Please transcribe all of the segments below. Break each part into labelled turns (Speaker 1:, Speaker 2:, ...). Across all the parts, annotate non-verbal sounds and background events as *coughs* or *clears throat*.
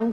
Speaker 1: I'm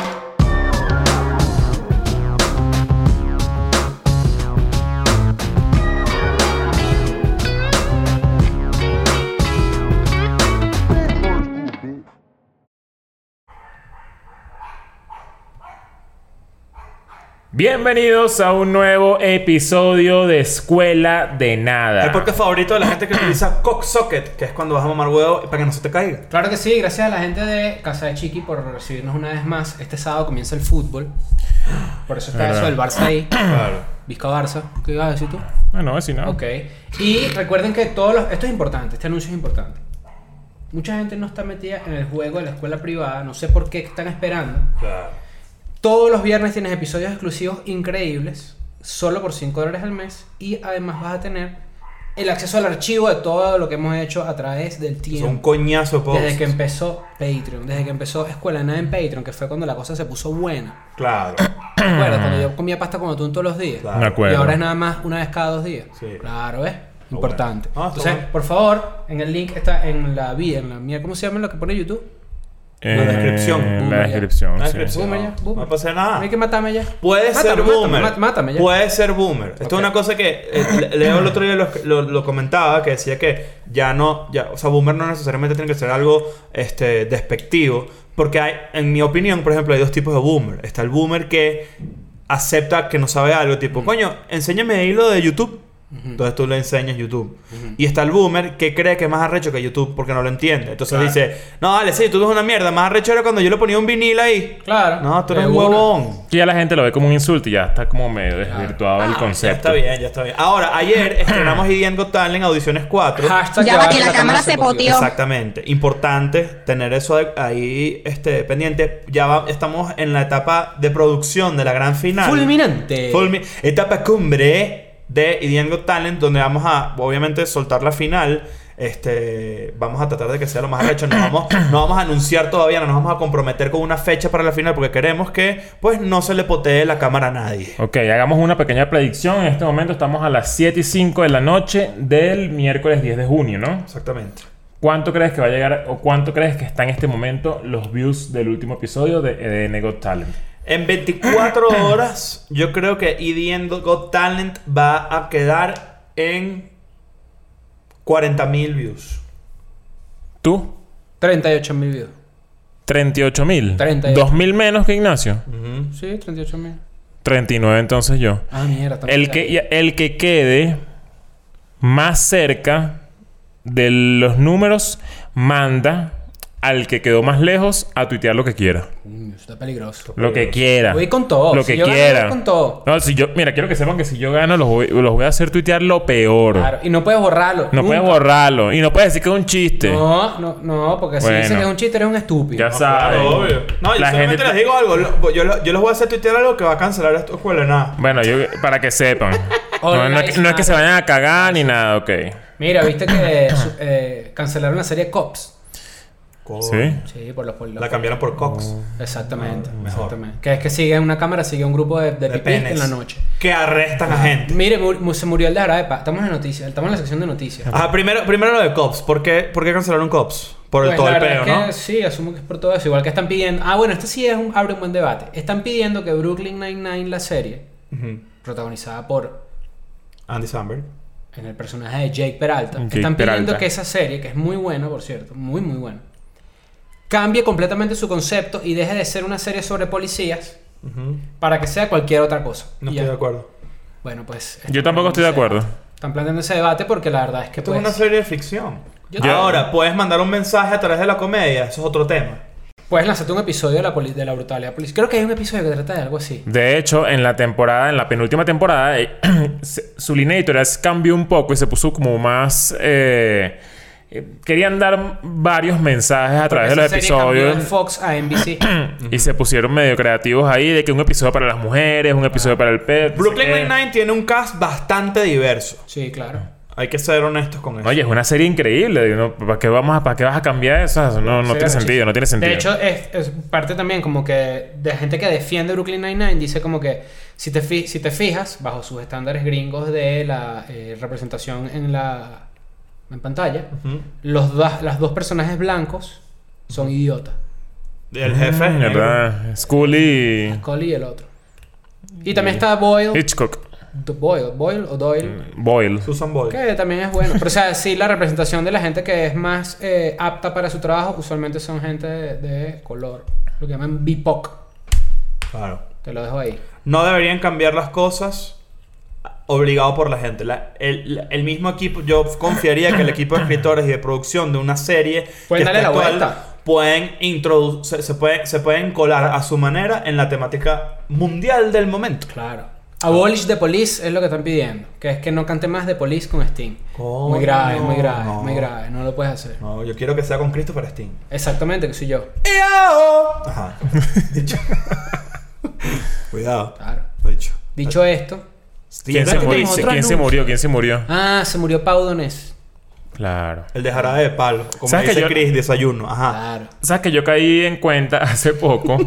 Speaker 2: Bienvenidos a un nuevo episodio de Escuela de Nada.
Speaker 3: El podcast favorito de la gente que *clears throat* utiliza cocksocket, que es cuando vas a mamar huevo para que no se te caiga.
Speaker 4: Claro que sí, gracias a la gente de Casa de Chiqui por recibirnos una vez más. Este sábado comienza el fútbol. Por eso está eso del Barça ahí.
Speaker 3: Claro.
Speaker 4: Visca Barça. ¿Qué ibas a decir tú?
Speaker 2: Ah, no, así no.
Speaker 4: Ok. Y recuerden que todos los. Esto es importante, este anuncio es importante. Mucha gente no está metida en el juego de la escuela privada, no sé por qué están esperando.
Speaker 3: Claro.
Speaker 4: Todos los viernes tienes episodios exclusivos increíbles, solo por 5 dólares al mes. Y además vas a tener el acceso al archivo de todo lo que hemos hecho a través del
Speaker 3: Es
Speaker 4: tiempo.
Speaker 3: un coñazo de posts.
Speaker 4: Desde que empezó Patreon, desde que empezó Escuela de Nada en Patreon, que fue cuando la cosa se puso buena.
Speaker 3: *clears throat* Claro.
Speaker 4: ¿Te acuerdas? Cuando yo comía pasta como tú todos los días.
Speaker 3: Claro.
Speaker 2: Me
Speaker 4: Y
Speaker 2: acuerdo.
Speaker 4: ahora es nada más una vez cada dos días.
Speaker 3: Sí.
Speaker 4: Claro, ¿ves? Importante.
Speaker 3: bueno. Ah, está
Speaker 4: Entonces,
Speaker 3: bueno.
Speaker 4: por favor, en el link está en la vía, en la mía, ¿cómo se llama lo que pone YouTube?
Speaker 2: Eh,
Speaker 3: La descripción.
Speaker 2: La
Speaker 4: Boomer.
Speaker 2: descripción.
Speaker 3: La
Speaker 2: sí.
Speaker 3: descripción.
Speaker 4: Boomer
Speaker 3: No,
Speaker 4: ya, boomer.
Speaker 3: no pasa nada.
Speaker 4: No hay que matarme ya.
Speaker 3: Puede
Speaker 4: Mátame,
Speaker 3: ser
Speaker 4: mátame,
Speaker 3: boomer.
Speaker 4: mat- Mátame ya.
Speaker 3: Puede ser boomer. Esto
Speaker 4: Ok.
Speaker 3: es una cosa que eh, le- Leo el otro día lo, lo- lo comentaba, que decía que ya no, ya, o sea, boomer no necesariamente tiene que ser algo este, despectivo, porque hay, en mi opinión, por ejemplo, hay dos tipos de boomer. Está el boomer que acepta que no sabe algo, tipo, coño, enséñame hilo de YouTube. Entonces tú le enseñas YouTube. Y está el boomer que cree que es más arrecho que YouTube porque no lo entiende. Entonces
Speaker 4: Claro.
Speaker 3: dice, no, dale, sí, YouTube es una mierda. Más arrecho era cuando yo le ponía un vinil ahí.
Speaker 4: Claro.
Speaker 3: No, tú eres
Speaker 4: De
Speaker 3: un
Speaker 4: una.
Speaker 3: huevón.
Speaker 2: Que ya la gente lo ve como un insulto y ya está como medio desvirtuado el
Speaker 3: Ya
Speaker 2: concepto.
Speaker 3: está bien, ya está bien. Ahora, ayer estrenamos Idian Got Talent Audiciones 4.
Speaker 4: Hashtag
Speaker 5: Ya va, que la cámara se poteó.
Speaker 3: Exactamente. Importante tener eso de- ahí este, pendiente. Ya va- estamos en la etapa de producción de la gran final.
Speaker 4: Fulminante.
Speaker 3: Fulmi- etapa cumbre de Idian Got Talent, donde vamos a, obviamente, soltar la final. Este, vamos a tratar de que sea lo más arrecho. No vamos, no vamos a anunciar todavía, no nos vamos a comprometer con una fecha para la final, porque queremos que, pues, no se le potee la cámara a nadie.
Speaker 2: Ok, hagamos una pequeña predicción. En este momento estamos a las 7 y 5 de la noche del miércoles 10 de junio, ¿no?
Speaker 3: Exactamente.
Speaker 2: ¿Cuánto crees que va a llegar o cuánto crees que está en este momento los views del último episodio de EDN Got Talent?
Speaker 3: En *clears throat* 24 horas, yo creo que EDN Got Talent va a quedar en 40.000 views.
Speaker 2: ¿Tú?
Speaker 4: 38 mil videos.
Speaker 2: 38 mil.
Speaker 4: 38.
Speaker 2: mil menos que Ignacio.
Speaker 4: Sí, 38 mil.
Speaker 2: 39 entonces yo.
Speaker 4: Ah, mierda. estamos
Speaker 2: El
Speaker 4: ya.
Speaker 2: que, el que quede más cerca de los números manda al que quedó más lejos a tuitear lo que quiera.
Speaker 4: Coño, Eso está peligroso.
Speaker 2: Lo que quiera.
Speaker 4: Voy con todo.
Speaker 2: Lo
Speaker 4: Si
Speaker 2: que
Speaker 4: yo gano, voy
Speaker 2: quiera.
Speaker 4: con todo.
Speaker 2: No, si yo, mira, quiero que sepan que si yo gano, los voy, los voy a hacer tuitear lo peor.
Speaker 4: Claro. Y no puedes borrarlo.
Speaker 2: No
Speaker 4: Nunca.
Speaker 2: puedes borrarlo. Y no puedes decir que es un chiste.
Speaker 4: No, no, no, porque si
Speaker 2: Bueno.
Speaker 4: dicen que es un chiste, eres un estúpido.
Speaker 2: Ya sabes.
Speaker 3: No, yo
Speaker 2: La
Speaker 3: solamente
Speaker 2: gente-
Speaker 3: les digo algo. lo- Yo, lo- yo les voy a hacer tuitear algo que va a cancelar esto escuela de nada.
Speaker 2: Bueno, yo, para que sepan. no,
Speaker 4: *laughs* Hola,
Speaker 2: no es que, no es que se vayan a cagar ni nada, ok.
Speaker 4: Mira, viste
Speaker 3: *coughs*
Speaker 4: que su- eh, cancelaron la serie Cops.
Speaker 3: Co-
Speaker 2: Sí. Mm.
Speaker 4: Sí, por los por los-
Speaker 3: La cambiaron por Cox.
Speaker 4: Exactamente,
Speaker 3: Mejor.
Speaker 4: exactamente. Que es que sigue una cámara, sigue un grupo de, de
Speaker 3: De
Speaker 4: pipí
Speaker 3: penes.
Speaker 4: en la noche.
Speaker 3: Que arrestan a gente.
Speaker 4: Mire, mu- mu- se murió el de Araepa. Estamos en las noticias, estamos en la sección de noticias.
Speaker 3: Ajá, primero, primero lo de Cops. ¿Por qué, por qué cancelaron Cops? Por el
Speaker 4: Pues,
Speaker 3: todo
Speaker 4: la
Speaker 3: el
Speaker 4: verdad
Speaker 3: peo,
Speaker 4: es que
Speaker 3: ¿no?
Speaker 4: Sí, asumo que es por todo eso. Igual que están pidiendo. Ah, bueno, esto sí es un, abre un buen debate. Están pidiendo que Brooklyn Nine-Nine, la serie,
Speaker 3: Ujú.
Speaker 4: protagonizada por
Speaker 3: Andy Samberg.
Speaker 4: en el personaje de Jake Peralta.
Speaker 2: Jake
Speaker 4: están pidiendo
Speaker 2: Peralta.
Speaker 4: que esa serie, que es muy buena, por cierto, muy, muy buena, cambie completamente su concepto y deje de ser una serie sobre policías
Speaker 3: Ujú.
Speaker 4: para que sea cualquier otra cosa.
Speaker 3: No
Speaker 4: Y ya.
Speaker 3: estoy de acuerdo.
Speaker 4: Bueno, pues.
Speaker 2: Yo
Speaker 4: están
Speaker 2: tampoco estoy de
Speaker 4: planteando
Speaker 2: acuerdo.
Speaker 4: ese debate. Están planteando ese debate porque la verdad es que.
Speaker 3: Esto
Speaker 4: Pues,
Speaker 3: es una serie de ficción.
Speaker 4: Yo-
Speaker 3: Ahora, puedes mandar un mensaje a través de la comedia. Eso es otro tema.
Speaker 4: Puedes lanzarte un episodio de la, poli- de la brutalidad policial. Creo que hay un episodio que trata de algo así.
Speaker 2: De hecho, en la temporada, en la penúltima temporada, eh, *clears throat* se- su línea editorial se cambió un poco y se puso como más. eh, eh, querían dar varios mensajes a través de los
Speaker 4: Esa serie cambió
Speaker 2: episodios.
Speaker 4: de Fox a
Speaker 2: *clears throat*
Speaker 4: NBC.
Speaker 2: Y se pusieron medio creativos ahí de que un episodio para las mujeres, un episodio para el pet.
Speaker 3: Brooklyn Nine-Nine tiene un cast bastante diverso.
Speaker 4: sí, claro.
Speaker 3: Hay que ser honestos con eso.
Speaker 2: Oye, es una serie increíble. digo, ¿no? ¿Para, qué vamos a, ¿Para qué vas a cambiar eso? Eso No, no
Speaker 4: Sí,
Speaker 2: tiene
Speaker 4: sí.
Speaker 2: sentido, no tiene sentido.
Speaker 4: De hecho, es, es parte también como que de gente que defiende Brooklyn Nine-Nine dice como que si te, fi- si te fijas, bajo sus estándares gringos de la eh, representación en la en pantalla,
Speaker 3: Ujú.
Speaker 4: los dos, las dos personajes blancos son idiotas.
Speaker 3: El jefe.
Speaker 2: Mm,
Speaker 3: negro.
Speaker 2: ¿Verdad? Scully
Speaker 4: Scully y el otro. Y también está Boyle.
Speaker 2: y Hitchcock.
Speaker 4: Do- Boyle, Boyle o Doyle.
Speaker 2: Boyle.
Speaker 3: Susan Boyle.
Speaker 4: Que también es bueno. Pero, o sea, sí, la representación de la gente que es más eh, apta para su trabajo usualmente son gente de, de color. Lo que llaman BIPOC.
Speaker 3: Claro.
Speaker 4: Te lo dejo ahí.
Speaker 3: No deberían cambiar las cosas obligado por la gente. La- el, la- el mismo equipo, yo confiaría que el equipo de escritores y de producción de una serie
Speaker 4: Pueden
Speaker 3: que
Speaker 4: darle
Speaker 3: esté
Speaker 4: la
Speaker 3: actual,
Speaker 4: vuelta.
Speaker 3: pueden introducir, se pueden, se pueden colar a su manera en la temática mundial del momento.
Speaker 4: Claro. Abolish the police es lo que están pidiendo. Que es que no cante más de police con Sting.
Speaker 3: Coño,
Speaker 4: muy grave, muy grave,
Speaker 3: no.
Speaker 4: muy grave. No lo puedes hacer.
Speaker 3: No, yo quiero que sea con Christopher Steen.
Speaker 4: Exactamente, que soy yo.
Speaker 3: ¡Iao!
Speaker 2: *laughs*
Speaker 3: Ajá. Dicho. Cuidado.
Speaker 4: Claro.
Speaker 3: Dicho.
Speaker 4: Dicho esto.
Speaker 2: ¿Quién se,
Speaker 3: Siempre
Speaker 2: murió?
Speaker 4: tenemos
Speaker 2: ¿Quién
Speaker 4: otro
Speaker 2: se
Speaker 4: anuncio.
Speaker 2: murió? ¿Quién se murió?
Speaker 4: Ah, se murió Pau Donés.
Speaker 2: Claro.
Speaker 3: El de jarabe de palo. Como
Speaker 2: ¿Sabes que
Speaker 3: dice
Speaker 2: yo-
Speaker 3: Chris, desayuno. Ajá.
Speaker 4: Claro.
Speaker 2: ¿Sabes que yo caí en cuenta *laughs* hace poco?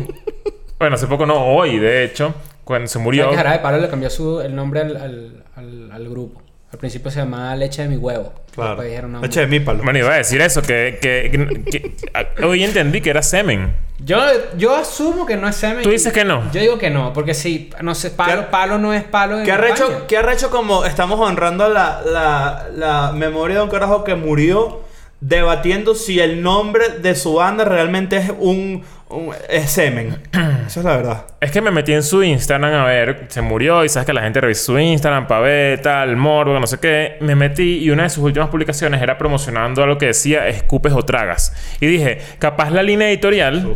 Speaker 2: bueno, hace poco no, hoy de hecho, cuando se
Speaker 4: Creo
Speaker 2: murió.
Speaker 4: que Jarabe Palo le cambió su, el nombre al, al, al, al grupo. Al principio se llamaba Leche de mi huevo.
Speaker 3: Claro.
Speaker 4: Después dijeron, no,
Speaker 3: Leche de mi palo.
Speaker 2: Bueno, iba a decir eso, que, que- que- que- hoy entendí que era semen.
Speaker 4: Yo, yo asumo que no es semen.
Speaker 2: Tú dices que no.
Speaker 4: Yo digo que no, porque si, no sé,
Speaker 3: ¿Qué-
Speaker 4: palo, palo no es palo. En
Speaker 3: ¿Qué
Speaker 4: España.
Speaker 3: arrecho, qué arrecho como estamos honrando la, la, la memoria de un carajo que murió debatiendo si el nombre de su banda realmente es un, un-
Speaker 2: *clears throat*
Speaker 3: es semen? Esa es la verdad.
Speaker 2: Es que me metí en su Instagram a ver, se murió y sabes que la gente revisó su Instagram para ver tal, morbo, no sé qué. Me metí y una de sus últimas publicaciones era promocionando algo que decía escupes o tragas. Y dije, capaz la línea editorial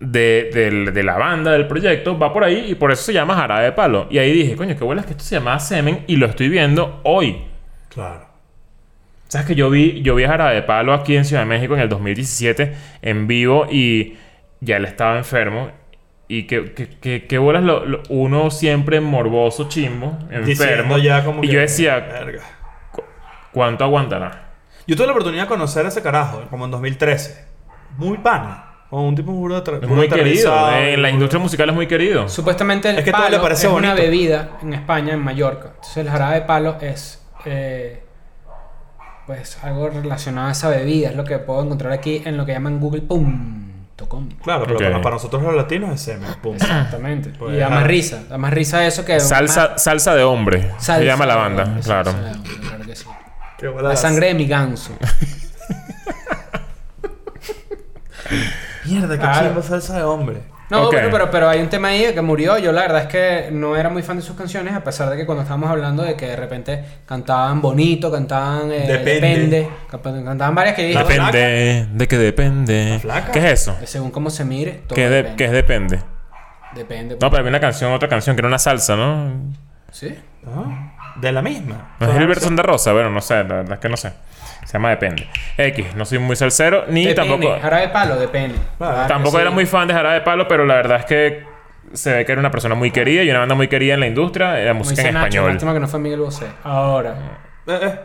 Speaker 2: de, del- de la banda, del proyecto, va por ahí y por eso se llama Jarabe de Palo. Y ahí dije, coño, qué bueno es que esto se llamaba Semen y lo estoy viendo hoy.
Speaker 3: Claro.
Speaker 2: ¿Sabes que yo vi, yo vi a Jarabe de Palo aquí en Ciudad de México en el 2017 en vivo y ya él estaba enfermo? Y que, que, que- que bolas lo- lo- uno siempre morboso, chimbo, enfermo.
Speaker 3: Diciendo ya como
Speaker 2: y
Speaker 3: que,
Speaker 2: yo decía,
Speaker 3: "Verga".
Speaker 2: ¿cuánto aguantará?
Speaker 3: Yo tuve la oportunidad de conocer a ese carajo, eh, como en 2013. Muy pana. Como un tipo muy
Speaker 2: Es muy querido. eh, En la industria musical es muy querido.
Speaker 4: Supuestamente el
Speaker 3: Es que todo
Speaker 4: palo
Speaker 3: le parece
Speaker 4: es una
Speaker 3: bonito.
Speaker 4: bebida en España, en Mallorca. Entonces el jarabe de palo es eh, pues algo relacionado a esa bebida. Es lo que puedo encontrar aquí en lo que llaman google.com.
Speaker 3: Claro, pero
Speaker 2: Ok.
Speaker 3: para, para nosotros los latinos es semen.
Speaker 4: *laughs*
Speaker 3: Pum.
Speaker 4: Exactamente.
Speaker 3: Pues,
Speaker 4: y da
Speaker 3: ajá.
Speaker 4: más risa. Da más risa eso que...
Speaker 2: Salsa, salsa de hombre.
Speaker 4: Ah,
Speaker 2: se
Speaker 4: salsa,
Speaker 2: llama la banda,
Speaker 4: hombre,
Speaker 2: claro.
Speaker 4: salsa de hombre, claro que sí.
Speaker 3: Qué
Speaker 4: La
Speaker 3: bolas.
Speaker 4: sangre de mi ganso.
Speaker 3: Mierda, qué
Speaker 4: Claro.
Speaker 3: chimba salsa de hombre.
Speaker 4: No,
Speaker 2: Ok.
Speaker 4: bueno, pero, pero hay un tema ahí de que murió. Yo la verdad es que no era muy fan de sus canciones, a pesar de que cuando estábamos hablando de que de repente cantaban bonito, cantaban eh,
Speaker 3: Depende.
Speaker 4: depende. campa- cantaban varias que dije,
Speaker 3: La
Speaker 4: bueno,
Speaker 2: Depende. ¿De qué depende?
Speaker 3: flaca?
Speaker 2: ¿Qué es eso?
Speaker 4: según cómo se mire, todo
Speaker 2: ¿Qué, de-
Speaker 4: depende.
Speaker 2: qué es depende?
Speaker 4: Depende.
Speaker 2: No, pero había una canción, otra canción que era una salsa, ¿no?
Speaker 4: ¿Sí?
Speaker 3: Ah, De la misma.
Speaker 2: ¿No es Gilberto Santa Rosa? Bueno, no sé, la verdad es que no sé. Se llama Depende. X, no soy muy salsero, ni
Speaker 4: Depende.
Speaker 2: tampoco. Ah,
Speaker 4: Jarabe de palo, depende.
Speaker 3: Claro,
Speaker 4: Claro que
Speaker 2: Tampoco
Speaker 4: sí.
Speaker 2: era muy fan de Jarabe de Palo, pero la verdad es que se ve que era una persona muy querida y una banda muy querida en la industria, de la
Speaker 4: Como
Speaker 2: música
Speaker 4: dice
Speaker 2: en
Speaker 4: Nacho,
Speaker 2: español.
Speaker 4: Lástima que no fue Miguel Bosé. Ahora.
Speaker 3: Eh, eh.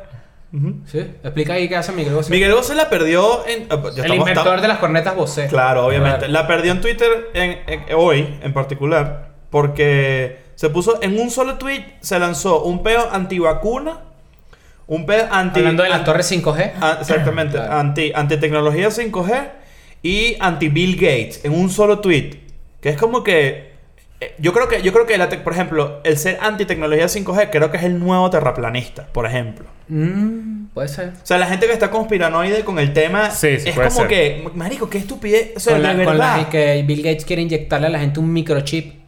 Speaker 3: Ujú.
Speaker 4: ¿Sí? Explica ahí qué hace Miguel Bosé.
Speaker 3: Miguel Bosé la perdió en. ah, ya
Speaker 4: el
Speaker 3: estamos-
Speaker 4: inventor
Speaker 3: estamos-
Speaker 4: de las cornetas Bosé.
Speaker 3: Claro, obviamente.
Speaker 4: Claro.
Speaker 3: La perdió en Twitter en- en- hoy, en particular, porque se puso en un solo tweet, se lanzó un peo antivacuna, un peo anti.
Speaker 4: Hablando de las
Speaker 2: Ah.
Speaker 3: an-
Speaker 4: torres 5G.
Speaker 3: a- Ah, exactamente,
Speaker 4: Claro.
Speaker 3: anti, tecnología 5G y anti Bill Gates en un solo tweet. Que es como que. eh, Yo creo que, yo creo que la tec- por ejemplo, el ser anti tecnología 5G, creo que es el nuevo terraplanista, por ejemplo.
Speaker 4: Mm, puede ser.
Speaker 3: O sea, la gente que está conspiranoide con el tema
Speaker 2: Sí, sí,
Speaker 3: es
Speaker 2: puede
Speaker 3: como
Speaker 2: ser.
Speaker 3: que, marico, qué estupidez. O sea,
Speaker 4: con
Speaker 3: de
Speaker 4: la, con
Speaker 3: verdad.
Speaker 4: la que Bill Gates quiere inyectarle a la gente un microchip.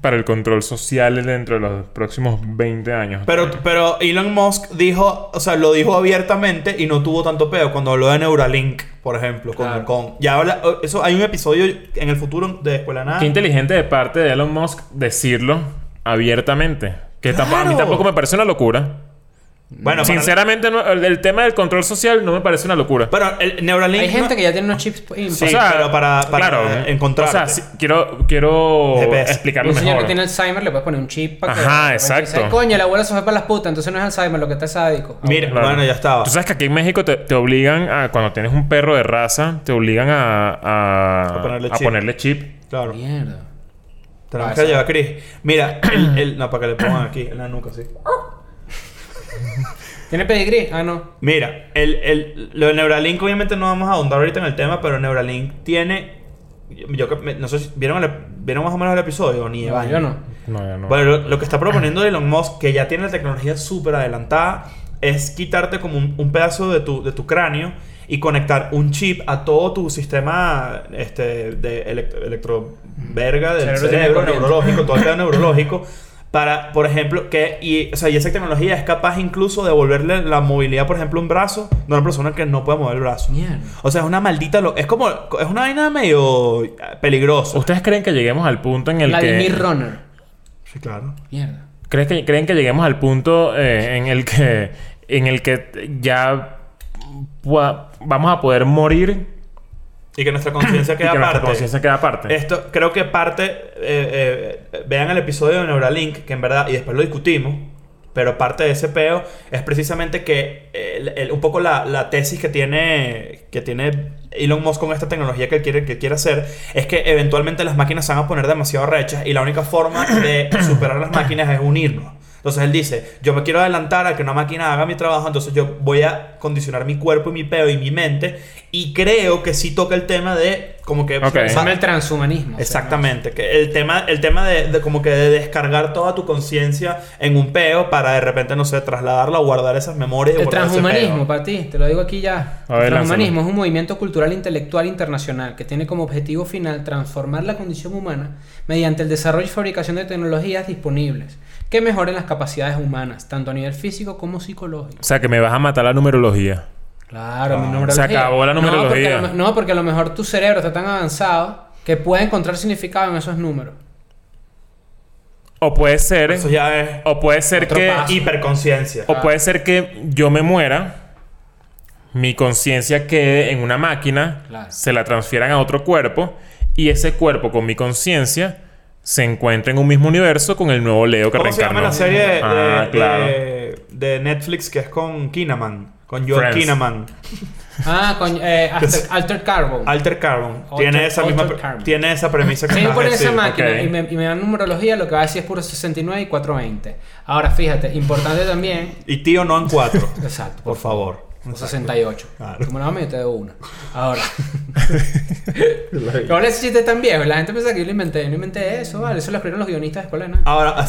Speaker 2: Para el control social dentro de los próximos 20 años.
Speaker 3: Pero, pero Elon Musk dijo, o sea, lo dijo abiertamente y no tuvo tanto pedo cuando habló de Neuralink, por ejemplo. Con,
Speaker 4: Claro.
Speaker 3: con- ya habla, eso hay un episodio en el futuro de Escuela de Nada.
Speaker 2: Qué inteligente de parte de Elon Musk decirlo abiertamente. Que tampoco- a mí
Speaker 3: ¡Claro!
Speaker 2: tampoco me parece una locura.
Speaker 3: Bueno, para-
Speaker 2: Sinceramente, no- el, el tema del control social no me parece una locura.
Speaker 3: pero el Neuralink.
Speaker 4: Hay gente
Speaker 3: no-
Speaker 4: que ya tiene unos chips pues,
Speaker 3: Sí,
Speaker 2: O
Speaker 4: implantados.
Speaker 2: sea,
Speaker 3: pero para, para
Speaker 2: claro,
Speaker 3: encontrarte.
Speaker 2: O sea, sí, quiero, quiero
Speaker 3: GPS.
Speaker 2: explicarlo
Speaker 4: Un Pues, señor
Speaker 2: mejor.
Speaker 4: que tiene Alzheimer le puedes poner un chip para que.
Speaker 2: Ajá,
Speaker 4: para que
Speaker 2: exacto.
Speaker 4: dice, Coño, la abuela se fue para las putas, entonces no es Alzheimer, lo que está es sádico. Ah,
Speaker 3: Mira,
Speaker 2: Claro.
Speaker 3: bueno, ya estaba.
Speaker 2: Tú sabes que aquí en México te, te obligan a, cuando tienes un perro de raza, te obligan a, a,
Speaker 3: A ponerle
Speaker 2: a
Speaker 3: chip.
Speaker 2: ponerle chip.
Speaker 3: Claro.
Speaker 4: bueno. Mierda. Ah,
Speaker 3: Tenemos que llevar a Chris. Mira, el, el- no, para que le pongan aquí en la nuca, sí.
Speaker 4: ¿Tiene pedigrí? Ah, no.
Speaker 3: Mira, el, el, lo de Neuralink obviamente no vamos a ahondar ahorita en el tema, pero Neuralink tiene Yo, que- me- no sé si- ¿vieron, el ep- ¿Vieron más o menos el episodio? Ni de
Speaker 4: No,
Speaker 3: vaina.
Speaker 4: yo no.
Speaker 2: No, ya no.
Speaker 3: Bueno, lo, lo que está
Speaker 2: *clears throat*
Speaker 3: proponiendo Elon Musk, que ya tiene la tecnología súper adelantada, es quitarte como un, un pedazo de tu, de tu cráneo y conectar un chip a todo tu sistema este, de elec-
Speaker 2: Mm.
Speaker 3: electroverga del
Speaker 4: Cerebro
Speaker 3: cerebro
Speaker 4: tiene corriente.
Speaker 3: neurológico, todo
Speaker 2: *laughs*
Speaker 3: el tema neurológico. Para, por ejemplo, que y, o sea, y esa tecnología es capaz incluso de devolverle la movilidad, por ejemplo, a un brazo de una persona que no puede mover el brazo.
Speaker 4: Mierda.
Speaker 3: O sea, es una maldita. lo- es como. Es una vaina medio eh, peligrosa.
Speaker 2: ¿Ustedes creen que lleguemos al punto en el
Speaker 4: Vladimir
Speaker 2: que...
Speaker 4: Runner.
Speaker 3: Sí, claro.
Speaker 4: Mierda.
Speaker 2: ¿Creen que, creen que lleguemos al punto eh, en el que en el que ya pua- vamos a poder morir
Speaker 3: Y que nuestra
Speaker 2: *coughs*
Speaker 3: conciencia
Speaker 2: y
Speaker 3: queda
Speaker 2: que nuestra
Speaker 3: aparte.
Speaker 2: conciencia queda aparte?
Speaker 3: Esto creo que parte, eh, eh, vean el episodio de Neuralink, que en verdad, y después lo discutimos, pero parte de ese peo es precisamente que el- el- un poco la, la tesis que tiene, que tiene Elon Musk con esta tecnología que él quiere, que quiere hacer, es que eventualmente las máquinas se van a poner demasiado rechas y la única forma de superar las máquinas es unirnos. Entonces él dice, yo me quiero adelantar a que una máquina haga mi trabajo, entonces yo voy a condicionar mi cuerpo y mi peo y mi mente y creo que sí toca el tema de como que
Speaker 2: Ok.
Speaker 4: Se llama el transhumanismo.
Speaker 3: Exactamente, que el tema, el tema de, de como que de descargar toda tu conciencia en un peo para de repente, no sé, trasladarla o guardar esas memorias. y
Speaker 4: El
Speaker 3: guardar ese
Speaker 4: transhumanismo,
Speaker 3: peo.
Speaker 4: para ti, te lo digo aquí ya.
Speaker 2: A ver,
Speaker 4: el transhumanismo
Speaker 2: lánzalo.
Speaker 4: es un movimiento cultural intelectual internacional que tiene como objetivo final transformar la condición humana mediante el desarrollo y fabricación de tecnologías disponibles que mejoren las capacidades humanas, tanto a nivel físico como psicológico.
Speaker 2: O sea, que me vas a matar la numerología.
Speaker 4: Claro, mi
Speaker 3: Ah,
Speaker 4: numerología.
Speaker 2: se acabó la
Speaker 4: No, porque a lo
Speaker 2: numerología.
Speaker 4: me- No porque, a lo mejor tu cerebro está tan avanzado que puede encontrar significado en esos números.
Speaker 2: O puede ser
Speaker 3: Eso ya es
Speaker 2: o puede ser
Speaker 3: otro
Speaker 2: que
Speaker 3: paso. hiperconciencia.
Speaker 2: o puede ser que yo me muera, mi conciencia quede en una máquina,
Speaker 4: Claro.
Speaker 2: se la transfieran a otro cuerpo y ese cuerpo con mi conciencia se encuentra en un mismo universo con el nuevo Leo que
Speaker 3: ¿Cómo se llama
Speaker 2: reencarnó.
Speaker 3: la serie de,
Speaker 2: Ah,
Speaker 3: de-
Speaker 2: claro.
Speaker 3: de- de Netflix que es con Kinaman? Con Joel
Speaker 2: Friends.
Speaker 3: Kinaman.
Speaker 4: Ah, con *laughs* eh, Alter, Altered Carbon.
Speaker 3: Alter Carbon.
Speaker 4: Alter-
Speaker 3: tiene, esa misma,
Speaker 4: Altered Carbon.
Speaker 3: tiene esa premisa que
Speaker 4: Si yo
Speaker 3: acabas de *laughs*
Speaker 4: ponen esa
Speaker 3: decir.
Speaker 4: máquina
Speaker 2: ok.
Speaker 4: y, me, y me dan numerología, lo que va a decir es puro 69 y 420. Ahora, fíjate, importante también.
Speaker 3: Y tío no
Speaker 4: *laughs*
Speaker 3: en cuatro.
Speaker 4: Exacto.
Speaker 3: por favor.
Speaker 4: o 68.
Speaker 3: Claro.
Speaker 4: Como la mamá, yo te debo una. Ahora. Ahora ese chiste es tan viejo. La gente piensa que yo lo inventé. Yo no inventé eso, vale. Eso lo escribieron los guionistas de escuela de nada.
Speaker 3: Ahora,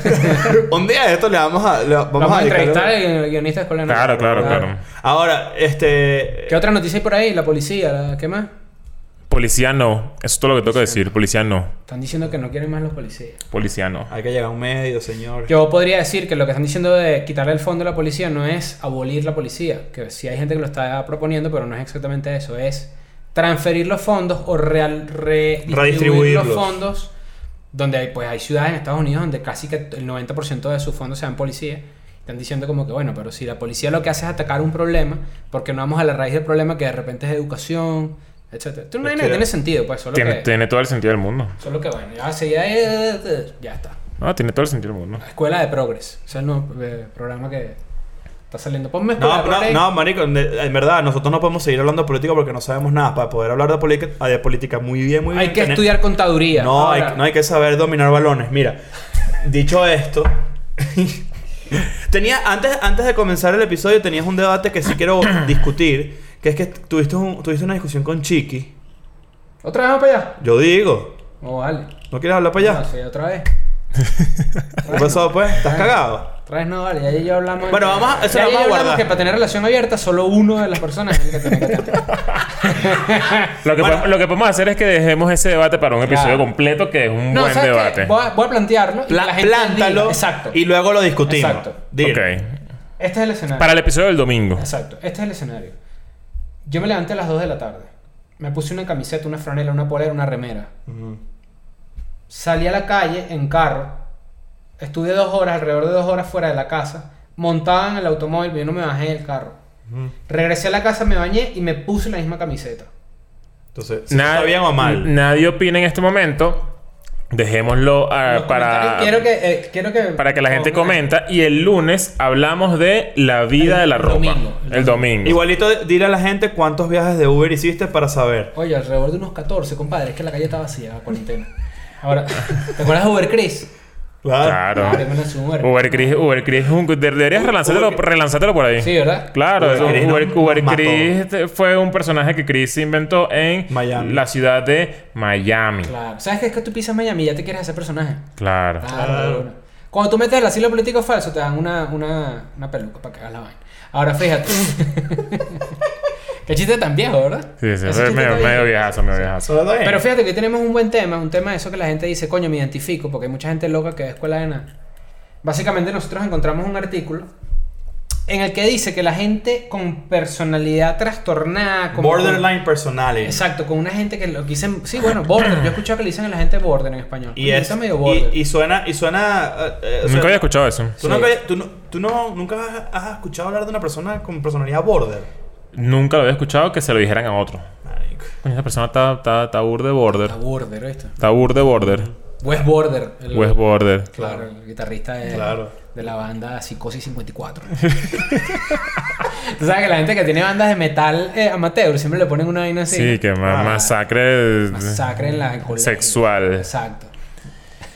Speaker 3: *laughs* un día de esto le vamos a... le vamos,
Speaker 4: Vamos, a
Speaker 3: dedicar-
Speaker 4: entrevistar al guionista de escuela de nada.
Speaker 2: Claro,
Speaker 3: Ah.
Speaker 2: claro, claro.
Speaker 3: Ahora, este...
Speaker 4: ¿Qué otra noticia hay por ahí? La policía, la- ¿qué más?
Speaker 2: Policía no. Eso es todo lo que tengo que decir. Policía no.
Speaker 4: Están diciendo que no quieren más los policías.
Speaker 2: Policía no.
Speaker 3: Hay que llegar a un medio, señor.
Speaker 4: Pues Yo podría decir que lo que están diciendo de quitarle el fondo a la policía no es abolir la policía, que sí hay gente que lo está proponiendo, pero no es exactamente eso, es transferir los fondos o real- redistribuir los
Speaker 3: Redistribuirlos.
Speaker 4: fondos donde hay, pues, hay ciudades en Estados Unidos donde casi que el 90% de sus fondos sean policía. Están diciendo como que, bueno, pero si la policía lo que hace es atacar un problema, porque no vamos a la raíz del problema que de repente es educación, etcétera. Esto no
Speaker 3: Es
Speaker 4: hay
Speaker 3: que-
Speaker 4: nada, tiene sentido, pues, solo
Speaker 2: Tiene,
Speaker 4: que...
Speaker 2: tiene todo el sentido del mundo.
Speaker 4: Solo que, bueno, ya, si ya, ya está.
Speaker 2: Ah, tiene todo el sentido del mundo.
Speaker 4: Escuela de Progress. O sea, el nuevo eh, programa que está saliendo. Ponme Escuela de
Speaker 3: No, no,
Speaker 4: Progress.
Speaker 3: no, marico, de- en verdad, nosotros no podemos seguir hablando de política porque no sabemos nada. Para poder hablar de, política- de política muy bien, muy bien.
Speaker 4: Hay que
Speaker 3: tener-
Speaker 4: estudiar contaduría.
Speaker 3: No, hay,
Speaker 4: Ahora,
Speaker 3: no hay que saber dominar balones. Mira, dicho esto, *laughs* tenía antes, antes de comenzar el episodio tenías un debate que sí quiero
Speaker 4: *coughs*
Speaker 3: discutir, que es que tuviste, un- tuviste una discusión con Chiqui.
Speaker 4: ¿Otra vez vamos para allá?
Speaker 3: Yo digo,
Speaker 4: No, vale.
Speaker 3: ¿no quieres hablar para
Speaker 4: No,
Speaker 3: allá?
Speaker 4: sí, otra vez. Ah,
Speaker 3: ¿Qué pasó, pues? ¿Estás cagado?
Speaker 4: Otra vez no, vale. Ya yo hablamos...
Speaker 3: Bueno, vamos a- eso
Speaker 4: ya
Speaker 3: lo
Speaker 4: yo
Speaker 3: vamos a
Speaker 4: hablamos
Speaker 3: guardar.
Speaker 4: que para tener relación abierta, solo uno de las personas es el que tiene que tener.
Speaker 3: *laughs*
Speaker 2: Lo que,
Speaker 3: Bueno.
Speaker 2: podemos, lo que podemos hacer es que dejemos ese debate para un episodio
Speaker 4: Claro.
Speaker 2: completo que es un
Speaker 4: No,
Speaker 2: buen
Speaker 4: ¿sabes qué?
Speaker 2: debate.
Speaker 4: Voy a, voy a plantearlo. y que
Speaker 3: Pla-
Speaker 4: la gente
Speaker 3: plántalo
Speaker 4: diga. Exacto.
Speaker 3: y luego lo discutimos.
Speaker 4: Exacto.
Speaker 3: Dile.
Speaker 2: Ok.
Speaker 4: Este es el escenario.
Speaker 2: Para el episodio del domingo.
Speaker 4: Exacto, este es el escenario. Yo me levanté a las 2 de la tarde. Me puse una camiseta, una franela, una polera, una remera.
Speaker 3: Ujú.
Speaker 4: Salí a la calle en carro. Estuve dos horas, alrededor de dos horas fuera de la casa. Montaba en el automóvil, yo no me bajé del carro.
Speaker 3: Ujú.
Speaker 4: Regresé a la casa, me bañé y me puse la misma camiseta.
Speaker 3: Entonces, si
Speaker 2: Nad-
Speaker 3: está bien o mal.
Speaker 2: Nadie opina en este momento. Dejémoslo ah,
Speaker 4: Los
Speaker 2: para,
Speaker 4: comentarios, quiero que, eh, quiero que...
Speaker 2: para que la gente
Speaker 4: pongan-
Speaker 2: comenta. Y el lunes hablamos de la vida
Speaker 4: El
Speaker 2: de la ropa.
Speaker 4: domingo.
Speaker 2: El domingo.
Speaker 3: Igualito, de- dile a la gente cuántos viajes de Uber hiciste para saber.
Speaker 4: Oye, alrededor *laughs* de unos 14, compadre. Es que la calle está vacía, la cuarentena. Ahora, ¿te acuerdas de Uber Chris?
Speaker 3: Claro.
Speaker 2: Claro.
Speaker 4: Ah, tengo una Uber.
Speaker 2: Uber Chris, Uber Chris es un- de- deberías relanzártelo,
Speaker 3: Uber-
Speaker 2: relanzártelo por ahí.
Speaker 4: Sí, ¿verdad?
Speaker 2: Claro,
Speaker 3: Uber
Speaker 2: eso-
Speaker 3: Chris
Speaker 2: Uber,
Speaker 3: nos-
Speaker 2: Uber
Speaker 3: nos
Speaker 2: Chris
Speaker 3: mató.
Speaker 2: este, fue un personaje que Chris inventó en
Speaker 3: Miami.
Speaker 2: la ciudad de Miami.
Speaker 4: Claro. ¿Sabes qué es que tú pisas Miami y ya te quieres hacer personaje?
Speaker 2: Claro.
Speaker 4: Claro. bueno. Cuando tú metes el asilo político falso, te dan una, una, una peluca para que hagas la vaina. Ahora
Speaker 2: *laughs*
Speaker 4: fíjate. qué chiste tan viejo, ¿verdad?
Speaker 2: Sí, sí,
Speaker 4: Ese
Speaker 2: fue
Speaker 4: chiste
Speaker 2: medio,
Speaker 4: está
Speaker 2: medio
Speaker 4: viejo.
Speaker 2: viejazo, medio viejazo.
Speaker 3: Solo bien.
Speaker 4: Pero fíjate que hoy tenemos un buen tema, un tema de eso que la gente dice, coño, me identifico, porque hay mucha gente loca que es escuela de nada. Básicamente nosotros encontramos un artículo en el que dice que la gente con personalidad trastornada, como
Speaker 3: Borderline personality.
Speaker 4: Exacto, con una gente que lo que dicen, sí, bueno, border. Yo he escuchado que le dicen a la gente border en español.
Speaker 3: Y es.
Speaker 4: Está medio border.
Speaker 3: Y, y suena. Y suena eh, eh, o sea,
Speaker 2: Nunca había escuchado eso.
Speaker 3: ¿Tú,
Speaker 4: Sí.
Speaker 3: nunca, habías- tú, no, tú no- nunca has, has escuchado hablar de una persona con personalidad border.
Speaker 2: Nunca lo había escuchado que se lo dijeran a otro.
Speaker 3: Marico.
Speaker 2: Coño, esa persona está, está, está burde border.
Speaker 4: La border, ¿viste?
Speaker 2: Está burde border.
Speaker 4: Wes Border. el-
Speaker 2: West border.
Speaker 4: Claro, el guitarrista de,
Speaker 3: Claro.
Speaker 4: de la banda Psicosis 54. *laughs* Tú sabes que la gente que tiene bandas de metal eh, amateur siempre le ponen una vaina así.
Speaker 2: Sí, que ma-
Speaker 3: Ah.
Speaker 2: masacre.
Speaker 4: Masacre en la en colegio. *laughs*
Speaker 2: Sexual.
Speaker 4: Exacto.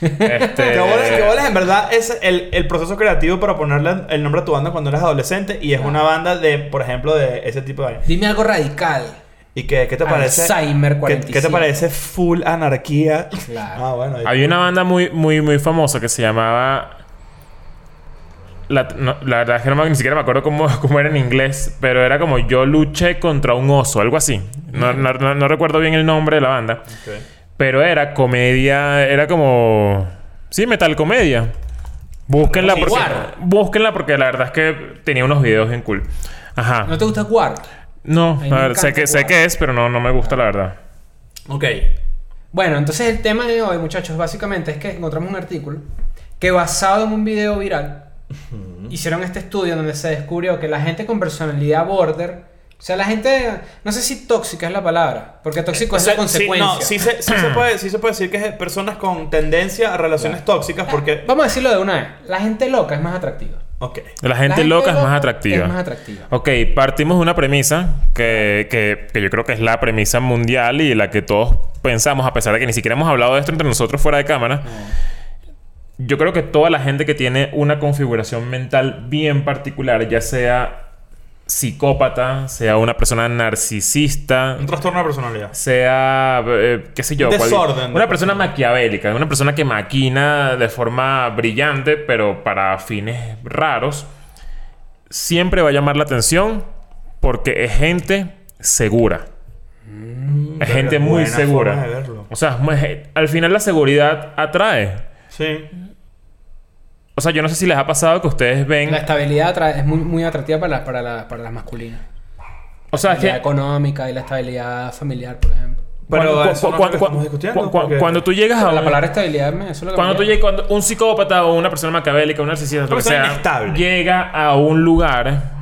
Speaker 2: Este,
Speaker 3: Que bolas, que bolas, en verdad es el, el proceso creativo para ponerle el nombre a tu banda cuando eres adolescente y es una banda de, por ejemplo, de ese tipo de vaina.
Speaker 4: Dime algo radical.
Speaker 3: ¿Y qué, qué te parece?
Speaker 4: Alzheimer
Speaker 3: ¿Qué- ¿Qué, te
Speaker 4: 45.
Speaker 3: parece full anarquía?
Speaker 4: Claro.
Speaker 3: Ah, bueno.
Speaker 2: Había una banda muy, muy, muy famosa que se llamaba. La, no, la verdad es que no me- ni siquiera me acuerdo cómo, *laughs* cómo era en inglés, pero era como yo luché contra un oso, algo así. No, no- no- no recuerdo bien el nombre de la banda,
Speaker 3: Ok.
Speaker 2: pero era comedia, era como. Sí, metal comedia. Búsquenla
Speaker 3: Sí,
Speaker 2: porque,
Speaker 4: War.
Speaker 2: búsquenla porque la verdad es que tenía unos videos bien cool. Ajá.
Speaker 4: ¿No te gusta War?
Speaker 2: No,
Speaker 4: A mí
Speaker 2: la
Speaker 4: me
Speaker 2: verdad, sé,
Speaker 4: encanta
Speaker 2: que, sé
Speaker 4: War.
Speaker 2: que es, pero no, no me gusta la verdad.
Speaker 3: Ok.
Speaker 4: Bueno, entonces el tema de hoy, muchachos, básicamente es que encontramos un artículo que basado en un video viral hicieron este estudio donde se descubrió que la gente con personalidad border, o sea, la gente, no sé si tóxica es la palabra, porque tóxico
Speaker 2: Eh,
Speaker 3: O
Speaker 4: es
Speaker 3: sea,
Speaker 4: Pues la consecuencia.
Speaker 3: Sí, no, sí se, sí *clears throat* se puede, sí se puede decir que es personas con tendencia a relaciones tóxicas porque...
Speaker 4: Vamos a decirlo de una vez, la gente loca es más atractiva.
Speaker 3: Ok.
Speaker 2: La gente, loca, es más atractiva.
Speaker 4: Es más atractiva.
Speaker 2: Ok, partimos de una premisa que, que- que yo creo que es la premisa mundial y la que todos pensamos, a pesar de que ni siquiera hemos hablado de esto entre nosotros fuera de cámara. Yo creo que toda la gente que tiene una configuración mental bien particular, ya sea psicópata, sea una persona narcisista,
Speaker 3: Un trastorno de personalidad.
Speaker 2: sea, eh, qué sé yo,
Speaker 3: Un
Speaker 2: cual-
Speaker 3: desorden.
Speaker 2: una persona maquiavélica, una persona que maquina de forma brillante, pero para fines raros, siempre va a llamar la atención porque es gente segura. es gente
Speaker 3: verga,
Speaker 2: muy
Speaker 3: Mm. buena
Speaker 2: segura.
Speaker 3: forma de verlo.
Speaker 2: O sea, es muy- al final la seguridad atrae.
Speaker 3: Sí.
Speaker 2: O sea, yo no sé si les ha pasado que ustedes ven...
Speaker 4: La estabilidad atrae- es muy, muy atractiva para, las- para, las- para las masculinas.
Speaker 2: O sea,
Speaker 4: La
Speaker 2: es que...
Speaker 4: estabilidad económica y la estabilidad familiar, por ejemplo.
Speaker 3: Pero
Speaker 2: cuando-
Speaker 3: eso no es lo que estamos discutiendo,
Speaker 2: cu- cu-
Speaker 3: porque-
Speaker 2: cuando tú llegas a
Speaker 4: la
Speaker 2: un-
Speaker 4: palabra estabilidad, me- eso es lo que
Speaker 2: Cuando
Speaker 4: me
Speaker 2: tú
Speaker 4: llama.
Speaker 2: llegas, cuando un psicópata o una persona macabélica, un narcisista, lo que
Speaker 3: persona
Speaker 2: sea,
Speaker 3: inestable.
Speaker 2: llega a un lugar,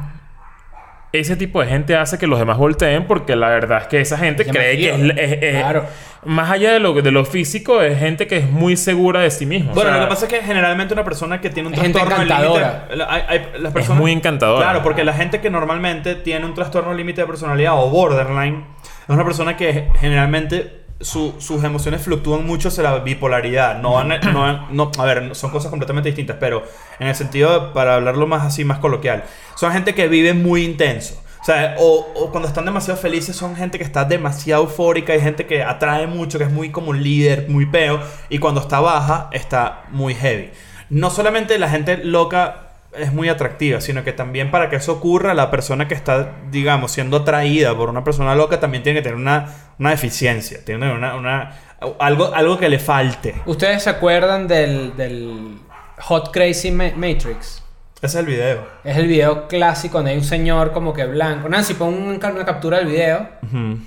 Speaker 2: ese tipo de gente hace que los demás volteen porque la verdad es que esa gente
Speaker 4: Es
Speaker 2: cree que es,
Speaker 4: llamativa.
Speaker 2: es- es-
Speaker 4: Claro.
Speaker 2: más allá de lo, de lo físico, es gente que es muy segura de sí misma. O
Speaker 3: Bueno,
Speaker 2: sea,
Speaker 3: lo que pasa es que generalmente una persona que tiene un
Speaker 4: Es gente
Speaker 3: trastorno de límite-
Speaker 4: encantadora.
Speaker 3: la- hay- hay- las personas-
Speaker 2: muy encantadora.
Speaker 3: Claro, porque la gente que normalmente tiene un trastorno de límite de personalidad o borderline es una persona que generalmente su- sus emociones fluctúan mucho hacia la bipolaridad. No, van- no, van- no- a ver, son cosas completamente distintas, pero en el sentido, de- para hablarlo más así, más coloquial, son gente que vive muy intenso. O sea, o, o cuando están demasiado felices son gente que está demasiado eufórica, hay gente que atrae mucho, que es muy como líder, muy peo, y cuando está baja está muy heavy. No solamente la gente loca es muy atractiva, sino que también para que eso ocurra, la persona que está, digamos, siendo atraída por una persona loca también tiene que tener una, una deficiencia, tiene que tener una, una- algo, algo que le falte.
Speaker 4: ¿Ustedes se acuerdan del, del Hot Crazy Ma- Matrix?
Speaker 3: Ese es el video.
Speaker 4: Es el video clásico donde hay un señor como que blanco. Nancy, pon un ca- una captura del video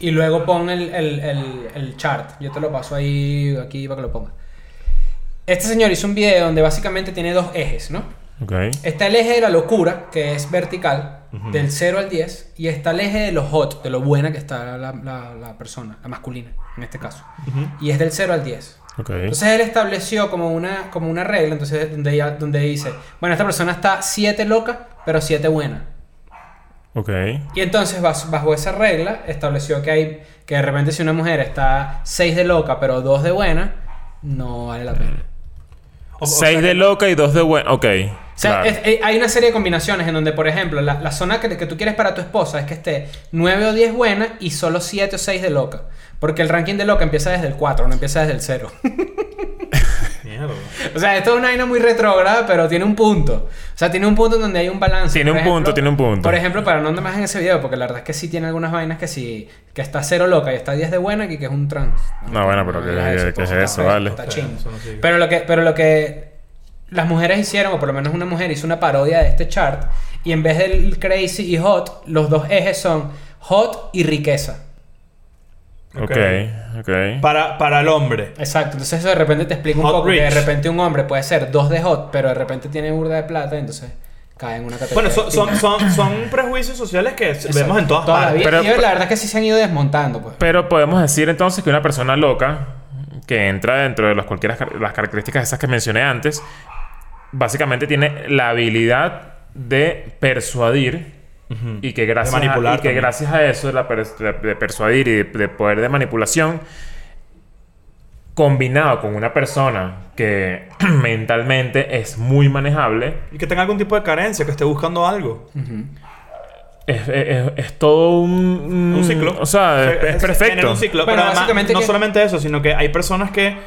Speaker 4: y luego pon el, el- el- el chart. Yo te lo paso ahí, aquí para que lo pongas. Este señor hizo un video donde básicamente tiene dos ejes, ¿no?
Speaker 2: ok.
Speaker 4: Está el eje de la locura, que es vertical, del 0 al 10, y está el eje de lo hot, de lo buena que está la, la- la persona, la masculina, en este caso. Y es del 0 al 10.
Speaker 2: ok.
Speaker 4: Entonces él estableció como una, como una regla, entonces donde, ella- donde dice, bueno, esta persona está 7 loca, pero 7 buena.
Speaker 2: ok.
Speaker 4: Y entonces bas- bajo esa regla estableció que hay que de repente si una mujer está 6 de loca, pero 2 de buena, no vale la pena.
Speaker 3: O- o
Speaker 2: Seis
Speaker 3: sea,
Speaker 2: de loca y dos de buena. Ok.
Speaker 4: O sea,
Speaker 2: claro.
Speaker 4: es- eh, hay una serie de combinaciones en donde, por ejemplo, la, la zona que, que tú quieres para tu esposa es que esté 9 o 10 buena y solo 7 o 6 de loca. Porque el ranking de loca empieza desde el 4, no empieza desde el 0.
Speaker 3: Mierda.
Speaker 4: o sea, esto es una vaina muy retrógrada, pero tiene un punto. O sea, tiene un punto en donde hay un balance.
Speaker 2: Tiene
Speaker 4: Por
Speaker 2: un punto, tiene un punto.
Speaker 4: Por ejemplo, para no andar más en ese video, porque la verdad es que sí tiene algunas vainas que sí, que está 0 loca y está 10 de buena y que es un trans. Ah,
Speaker 2: No, bueno, pero ¿qué-
Speaker 4: digas
Speaker 2: qué- qué es
Speaker 4: está
Speaker 2: eso,
Speaker 4: feo,
Speaker 2: vale?
Speaker 4: Está
Speaker 3: Sí,
Speaker 4: chingo.
Speaker 3: eso no sirve.
Speaker 4: Pero lo que, pero lo que las mujeres hicieron, o por lo menos una mujer hizo una parodia de este chart, y en vez del crazy y hot, los dos ejes son hot y riqueza.
Speaker 2: Ok, ok.
Speaker 3: Para, para el hombre.
Speaker 4: Exacto, entonces eso de repente te explica un
Speaker 3: Hot
Speaker 4: poco que de
Speaker 3: rich.
Speaker 4: repente un hombre puede ser dos de hot, pero de repente tiene burda de plata, entonces cae en una categoría.
Speaker 3: Bueno, son, son,
Speaker 4: distinta.
Speaker 3: son, son prejuicios sociales que s-
Speaker 4: Exacto.
Speaker 3: vemos en todas
Speaker 4: Toda la
Speaker 3: partes.
Speaker 4: vida.
Speaker 2: Pero-
Speaker 4: Y la verdad es que sí se han ido desmontando, pues.
Speaker 2: Pero podemos decir entonces que una persona loca que entra dentro de las cualquiera las características esas que mencioné antes, básicamente tiene la habilidad de persuadir y que gracias
Speaker 3: De manipular
Speaker 2: a, y que
Speaker 3: también.
Speaker 2: gracias a eso de, la per- de- de persuadir y de, de poder de manipulación combinado con una persona que *clears throat* mentalmente es muy manejable
Speaker 3: Y que tenga algún tipo de carencia, que esté buscando algo.
Speaker 2: es, es- es- es todo un,
Speaker 3: Un ciclo.
Speaker 2: Mm, o sea es, es
Speaker 3: genera
Speaker 2: perfecto
Speaker 3: un ciclo.
Speaker 4: Bueno,
Speaker 3: pero además,
Speaker 4: básicamente
Speaker 3: no
Speaker 4: que-
Speaker 3: solamente eso, sino que hay personas que,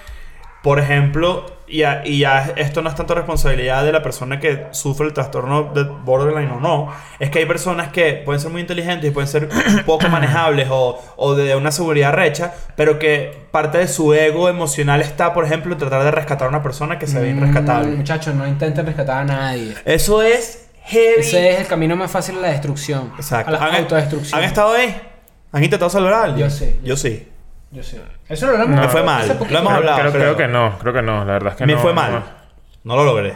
Speaker 3: por ejemplo, y, a- y ya esto no es tanto responsabilidad de la persona que sufre el trastorno de borderline o no, es que hay personas que pueden ser muy inteligentes y pueden ser *coughs* poco manejables o, o de una seguridad recha, pero que parte de su ego emocional está, por ejemplo, en tratar de rescatar a una persona que se ve
Speaker 4: Mm,
Speaker 3: irrescatable.
Speaker 4: Muchachos, no intenten rescatar a nadie.
Speaker 3: Eso es heavy.
Speaker 4: Ese es el camino más fácil a la destrucción.
Speaker 3: Exacto.
Speaker 4: A la
Speaker 3: ¿Han,
Speaker 4: autodestrucción.
Speaker 3: ¿Han estado ahí? ¿Han intentado salvar a alguien?
Speaker 4: Yo sí.
Speaker 3: Yo sí.
Speaker 4: Yo sé. Eso lo hablamos.
Speaker 2: Me
Speaker 3: fue mal.
Speaker 4: hace poquito.
Speaker 3: Lo hemos
Speaker 2: Creo-
Speaker 3: hablado,
Speaker 2: creo,
Speaker 3: creo.
Speaker 2: creo que no creo que no la verdad es que
Speaker 3: Ah, Me
Speaker 2: no,
Speaker 3: fue
Speaker 2: no.
Speaker 3: mal. No lo logré.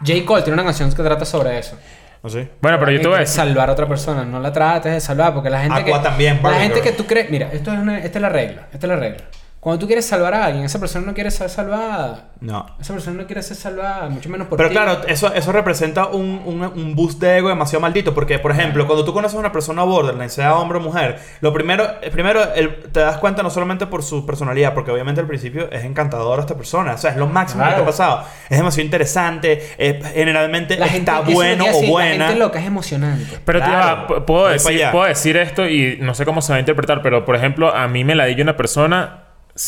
Speaker 4: J. Cole tiene una canción que trata sobre eso.
Speaker 3: ¿No sé?
Speaker 2: Bueno, Ah, pero yo te voy a
Speaker 4: Que
Speaker 2: decir.
Speaker 4: Salvar a otra persona. No la trates de salvar porque la gente
Speaker 3: Aqua
Speaker 4: que...
Speaker 3: también,
Speaker 4: La
Speaker 3: Barbie
Speaker 4: gente
Speaker 3: Girl.
Speaker 4: que tú crees... Mira, esto es una... Esta es la regla. Esta es la regla. Cuando tú quieres salvar a alguien, esa persona no quiere ser salvada.
Speaker 3: No.
Speaker 4: Esa persona no quiere ser salvada, mucho menos por
Speaker 3: Pero
Speaker 4: ti.
Speaker 3: claro, eso, eso representa un, un, un boost de ego demasiado maldito. Porque, por ejemplo, cuando tú conoces a una persona borderline, sea hombre o mujer, lo primero, eh, primero el- te das cuenta no solamente por su personalidad, porque obviamente al principio es encantadora esta persona. O sea, es lo máximo que
Speaker 4: Claro.
Speaker 3: te ha pasado. Es demasiado interesante. es- generalmente
Speaker 4: la gente, eso
Speaker 3: está
Speaker 4: es lo que
Speaker 3: bueno
Speaker 4: quiere
Speaker 3: o
Speaker 4: decir, La
Speaker 3: buena.
Speaker 4: gente loca es emocionante.
Speaker 2: Pero
Speaker 3: Claro.
Speaker 2: ya va, p- puedo,
Speaker 3: Voy pa'
Speaker 2: decir,
Speaker 3: allá.
Speaker 2: puedo decir esto y no sé cómo se va a interpretar, pero por ejemplo, a mí me la di una persona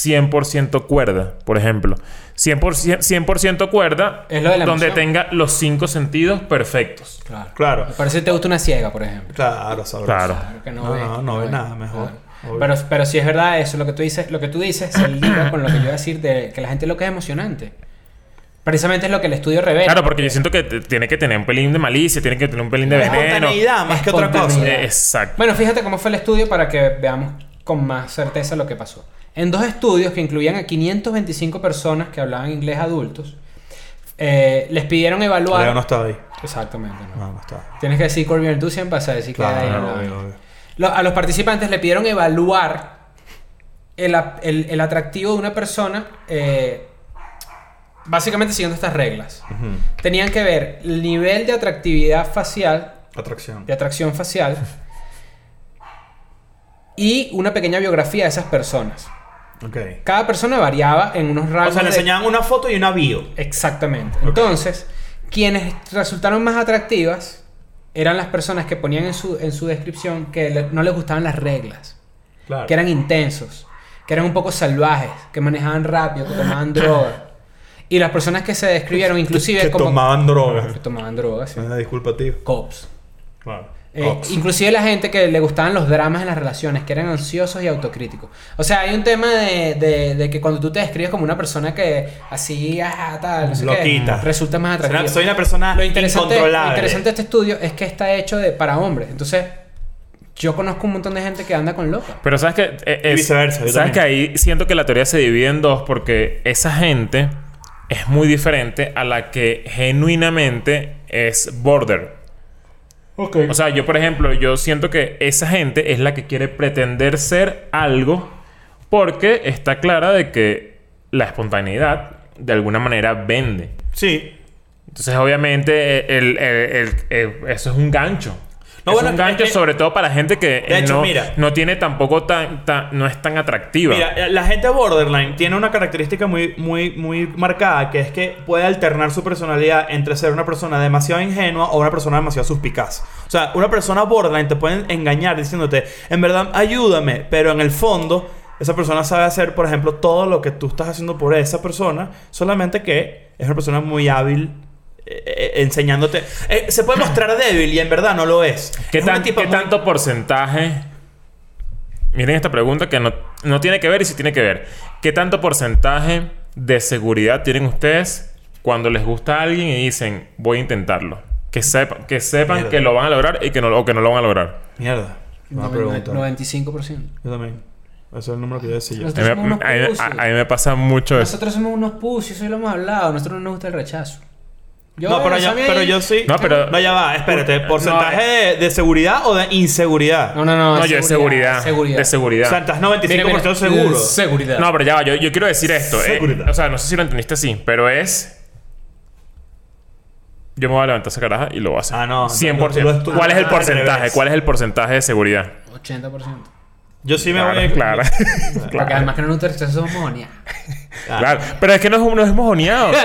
Speaker 2: 100% cuerda, por ejemplo. 100%, 100% cuerda
Speaker 4: Es lo de la
Speaker 2: donde
Speaker 4: emoción.
Speaker 2: tenga los cinco sentidos perfectos.
Speaker 4: Claro.
Speaker 3: Claro.
Speaker 4: Me parece que te gusta una ciega, por ejemplo.
Speaker 3: Claro, sabroso.
Speaker 2: Claro.
Speaker 4: Claro que no,
Speaker 3: No,
Speaker 4: ve,
Speaker 3: no,
Speaker 4: que
Speaker 3: no ve nada, mejor, obvio.
Speaker 4: Pero, pero si es verdad eso, lo que tú dices, lo que tú dices se liga con lo que yo iba a decir de que la gente lo que es emocionante. Precisamente es lo que el estudio revela.
Speaker 2: Claro, porque yo siento que t- tiene que tener un pelín de malicia, tiene que tener un pelín de veneno.
Speaker 3: Espontaneidad Ah, más que otra cosa.
Speaker 4: Espontaneidad.
Speaker 2: Eh, Exacto.
Speaker 4: Bueno, fíjate cómo fue el estudio para que veamos con más certeza lo que pasó. En dos estudios que incluían a 525 personas que hablaban inglés adultos, eh, les pidieron evaluar.
Speaker 3: Leo no estaba ahí.
Speaker 4: Exactamente. no.
Speaker 3: No, no estaba.
Speaker 4: Tienes que decir Corby Enthusiasm para decir que.
Speaker 3: Claro,
Speaker 4: no.
Speaker 3: obvio, obvio.
Speaker 4: Lo- a los participantes le pidieron evaluar el, ap- el- el atractivo de una persona eh, básicamente siguiendo estas reglas.
Speaker 3: Ujú.
Speaker 4: Tenían que ver el nivel de atractividad facial,
Speaker 3: Atracción.
Speaker 4: de atracción facial, y una pequeña biografía de esas personas.
Speaker 3: Ok.
Speaker 4: Cada persona variaba en unos
Speaker 3: O
Speaker 4: rangos.
Speaker 3: sea, le
Speaker 4: de-
Speaker 3: enseñaban una foto y una bio.
Speaker 4: Exactamente. Entonces, quienes resultaron más atractivas eran las personas que ponían en su, en su descripción que le- no les gustaban las reglas.
Speaker 3: Claro.
Speaker 4: que eran intensos, que eran un poco salvajes, que manejaban rápido, que
Speaker 3: *coughs*
Speaker 4: tomaban droga. Y las personas que se describieron, inclusive
Speaker 3: que
Speaker 4: como
Speaker 3: tomaban drogas.
Speaker 4: que *laughs* tomaban drogas, sí.
Speaker 3: Ah, disculpa, tío.
Speaker 4: cops.
Speaker 3: Claro.
Speaker 4: Eh, inclusive la gente que le gustaban los dramas en las relaciones, que eran ansiosos y autocríticos. O sea, hay un tema de, de- de que cuando tú te describes como una persona que así, ah, tal, no sé qué,
Speaker 3: Loquita.
Speaker 4: resulta más
Speaker 3: Soy
Speaker 4: atractiva.
Speaker 3: una, soy una persona
Speaker 4: Lo interesante, lo
Speaker 3: incontrolable.
Speaker 4: interesante de este estudio es que está hecho de, para hombres. Entonces, yo conozco un montón de gente que anda con loca.
Speaker 2: Pero sabes que. eh,
Speaker 3: Y
Speaker 2: es-
Speaker 3: viceversa, yo
Speaker 2: Sabes
Speaker 3: también.
Speaker 2: que ahí siento que la teoría se divide en dos porque esa gente es muy diferente a la que genuinamente es border. O sea, yo, por ejemplo, yo siento que esa gente es la que quiere pretender ser algo porque está clara de que la espontaneidad de alguna manera vende.
Speaker 3: Sí.
Speaker 2: eh, Entonces, obviamente, el- el- el- el- eso es eh, un gancho. es
Speaker 3: bueno,
Speaker 2: un gancho
Speaker 3: es que-
Speaker 2: sobre todo para la gente que eh,
Speaker 3: hecho,
Speaker 2: no,
Speaker 3: mira.
Speaker 2: no tiene tampoco tan, tan- no es tan atractiva.
Speaker 3: Mira, eh, la gente borderline tiene una característica muy, muy, muy marcada, que es que puede alternar su personalidad entre ser una persona demasiado ingenua o una persona demasiado suspicaz. O sea, una persona borderline te pueden engañar diciéndote, en verdad, ayúdame, pero en el fondo, esa persona sabe hacer, por ejemplo, todo lo que tú estás haciendo por esa persona, solamente que es una persona muy hábil. eh, eh, enseñándote Eh, se puede mostrar *clears throat* débil y en verdad no lo es
Speaker 2: ¿Qué,
Speaker 3: Es una
Speaker 2: tan-
Speaker 3: tipa
Speaker 2: qué
Speaker 3: muy-
Speaker 2: tanto porcentaje? Miren esta pregunta que no, no tiene que ver y sí tiene que ver. ¿Qué tanto porcentaje de seguridad tienen ustedes cuando les gusta a alguien y dicen voy a intentarlo? Que, sepa- que sepan
Speaker 3: Mierda.
Speaker 2: que lo van a lograr y que no, lo- o que no lo van a lograr.
Speaker 3: mierda Buena
Speaker 4: Noven-
Speaker 3: pregunta.
Speaker 4: 95%.
Speaker 3: Yo también. Ese es el número que yo decía.
Speaker 2: A mí,
Speaker 4: Nosotros somos unos
Speaker 2: a mí-
Speaker 4: pussies.
Speaker 2: a- a mí me pasa mucho
Speaker 3: Pues-
Speaker 2: eso.
Speaker 4: Nosotros somos unos pussies, eso ya lo hemos hablado. A nosotros no nos gusta el rechazo. Yo,
Speaker 3: no, pero,
Speaker 4: eh,
Speaker 3: ya-
Speaker 4: ¿sabes?
Speaker 3: pero yo sí.
Speaker 2: No, pero- eh.
Speaker 3: No, ya va, espérate. ¿Porcentaje
Speaker 4: No,
Speaker 3: de, de seguridad o de inseguridad?
Speaker 4: No, no, no.
Speaker 2: No, yo de seguridad.
Speaker 4: Seguridad.
Speaker 2: De seguridad.
Speaker 3: O sea, estás
Speaker 4: Mira,
Speaker 3: 95%
Speaker 4: mira,
Speaker 3: seguro.
Speaker 4: eh, Seguridad.
Speaker 2: No, pero ya va, yo, yo quiero decir esto. eh.
Speaker 3: Seguridad.
Speaker 2: o sea, no sé si lo entendiste así, pero es. Yo me voy a levantar esa caraja y lo voy a hacer.
Speaker 3: Ah, no, no,
Speaker 2: 100%.
Speaker 3: tú lo- tú lo-
Speaker 2: ¿Cuál es el
Speaker 3: ah, al
Speaker 2: porcentaje?
Speaker 3: revés.
Speaker 2: ¿Cuál es el porcentaje de seguridad?
Speaker 4: 80%.
Speaker 3: Yo sí me
Speaker 2: Claro,
Speaker 3: voy a. *laughs*
Speaker 2: claro.
Speaker 4: Porque
Speaker 2: claro.
Speaker 4: además que no nos gusta el rechazo somos monia.
Speaker 2: *laughs* Claro. Pero es que nos, nos hemos moneado. *laughs*
Speaker 3: Es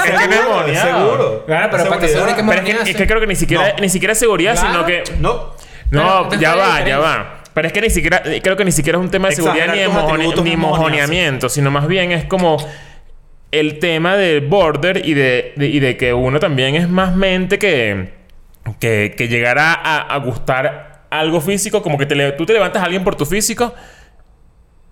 Speaker 2: que no hemos
Speaker 3: seguro, es
Speaker 2: baneado.
Speaker 3: seguro.
Speaker 4: Claro, pero para que
Speaker 3: Seguridad.
Speaker 4: asegure que
Speaker 2: Pero es que, es que creo que ni siquiera,
Speaker 3: No.
Speaker 2: ni siquiera es seguridad,
Speaker 4: Claro.
Speaker 2: sino que.
Speaker 3: No.
Speaker 2: No,
Speaker 4: Pero, ¿cuál es
Speaker 2: ya
Speaker 4: la
Speaker 2: va, ya
Speaker 4: diferencia?
Speaker 2: va. Pero es que ni siquiera, eh, creo que ni siquiera es un tema de seguridad
Speaker 3: Exagerar
Speaker 2: ni, de
Speaker 3: tus
Speaker 2: mojone-
Speaker 3: atributos
Speaker 2: ni
Speaker 3: mojoniazo.
Speaker 2: mojoneamiento, sino más bien es como el tema del border y de, de- y de que uno también es más mente que, que, que llegar a, a- a gustar algo físico, como que te le- tú te levantas a alguien por tu físico.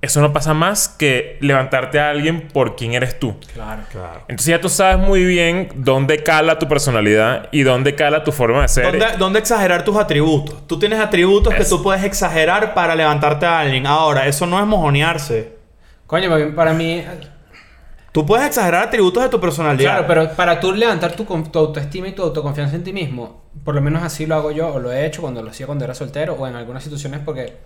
Speaker 2: Eso no pasa más que levantarte a alguien por quién eres tú.
Speaker 4: Claro.
Speaker 3: Claro.
Speaker 2: Entonces ya tú sabes muy bien dónde cala tu personalidad y dónde cala tu forma de ser.
Speaker 3: ¿Dónde, dónde exagerar tus atributos? Tú tienes atributos que tú puedes exagerar para levantarte a alguien. Ahora, eso no es mojonearse.
Speaker 4: Coño, para mí- para mí.
Speaker 3: Tú puedes exagerar atributos de tu personalidad.
Speaker 4: Claro, pero para tú levantar tu, con- tu autoestima y tu autoconfianza en ti mismo, por lo menos así lo hago yo, o lo he hecho cuando lo hacía cuando era soltero, o en algunas situaciones, porque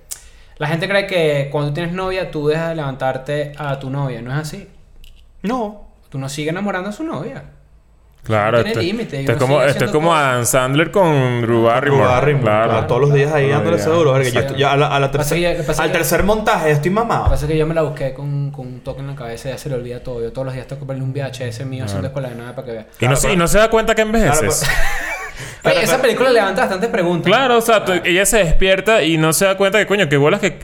Speaker 4: la gente cree que cuando tú tienes novia, tú dejas de levantarte a tu novia, ¿no es así?
Speaker 3: No.
Speaker 4: Tú no sigues enamorando a su novia.
Speaker 2: Claro,
Speaker 4: No tiene
Speaker 2: esto,
Speaker 4: límite,
Speaker 2: esto es
Speaker 4: uno
Speaker 2: como,
Speaker 4: sigue
Speaker 2: esto es
Speaker 4: haciendo
Speaker 2: como
Speaker 4: cosas.
Speaker 2: Adam Sandler con Drew Barrymore.
Speaker 3: Drew Barrymore,
Speaker 2: Claro.
Speaker 3: claro, todos los días ahí
Speaker 2: Claro,
Speaker 3: dándole
Speaker 2: ya.
Speaker 3: seguro. verga, yo
Speaker 4: Exacto.
Speaker 3: estoy- yo a la- a la
Speaker 4: Pasa que
Speaker 3: tercera-
Speaker 4: ya- lo pasa
Speaker 3: al
Speaker 4: que-
Speaker 3: tercer montaje, yo estoy
Speaker 4: Lo que
Speaker 3: mamado.
Speaker 4: pasa es que yo me la busqué con, con un toque en la cabeza y ya se le olvida todo. Yo todos los días tengo que ponerle un VHS mío haciendo escuela de nada para que vea.
Speaker 2: Y, no, se- y no se da cuenta que envejeces. Claro,
Speaker 3: pues.
Speaker 2: *laughs*
Speaker 4: Oye, esa película levanta bastantes preguntas.
Speaker 2: o sea, tú- ella se despierta y no se da cuenta que, coño, que bolas que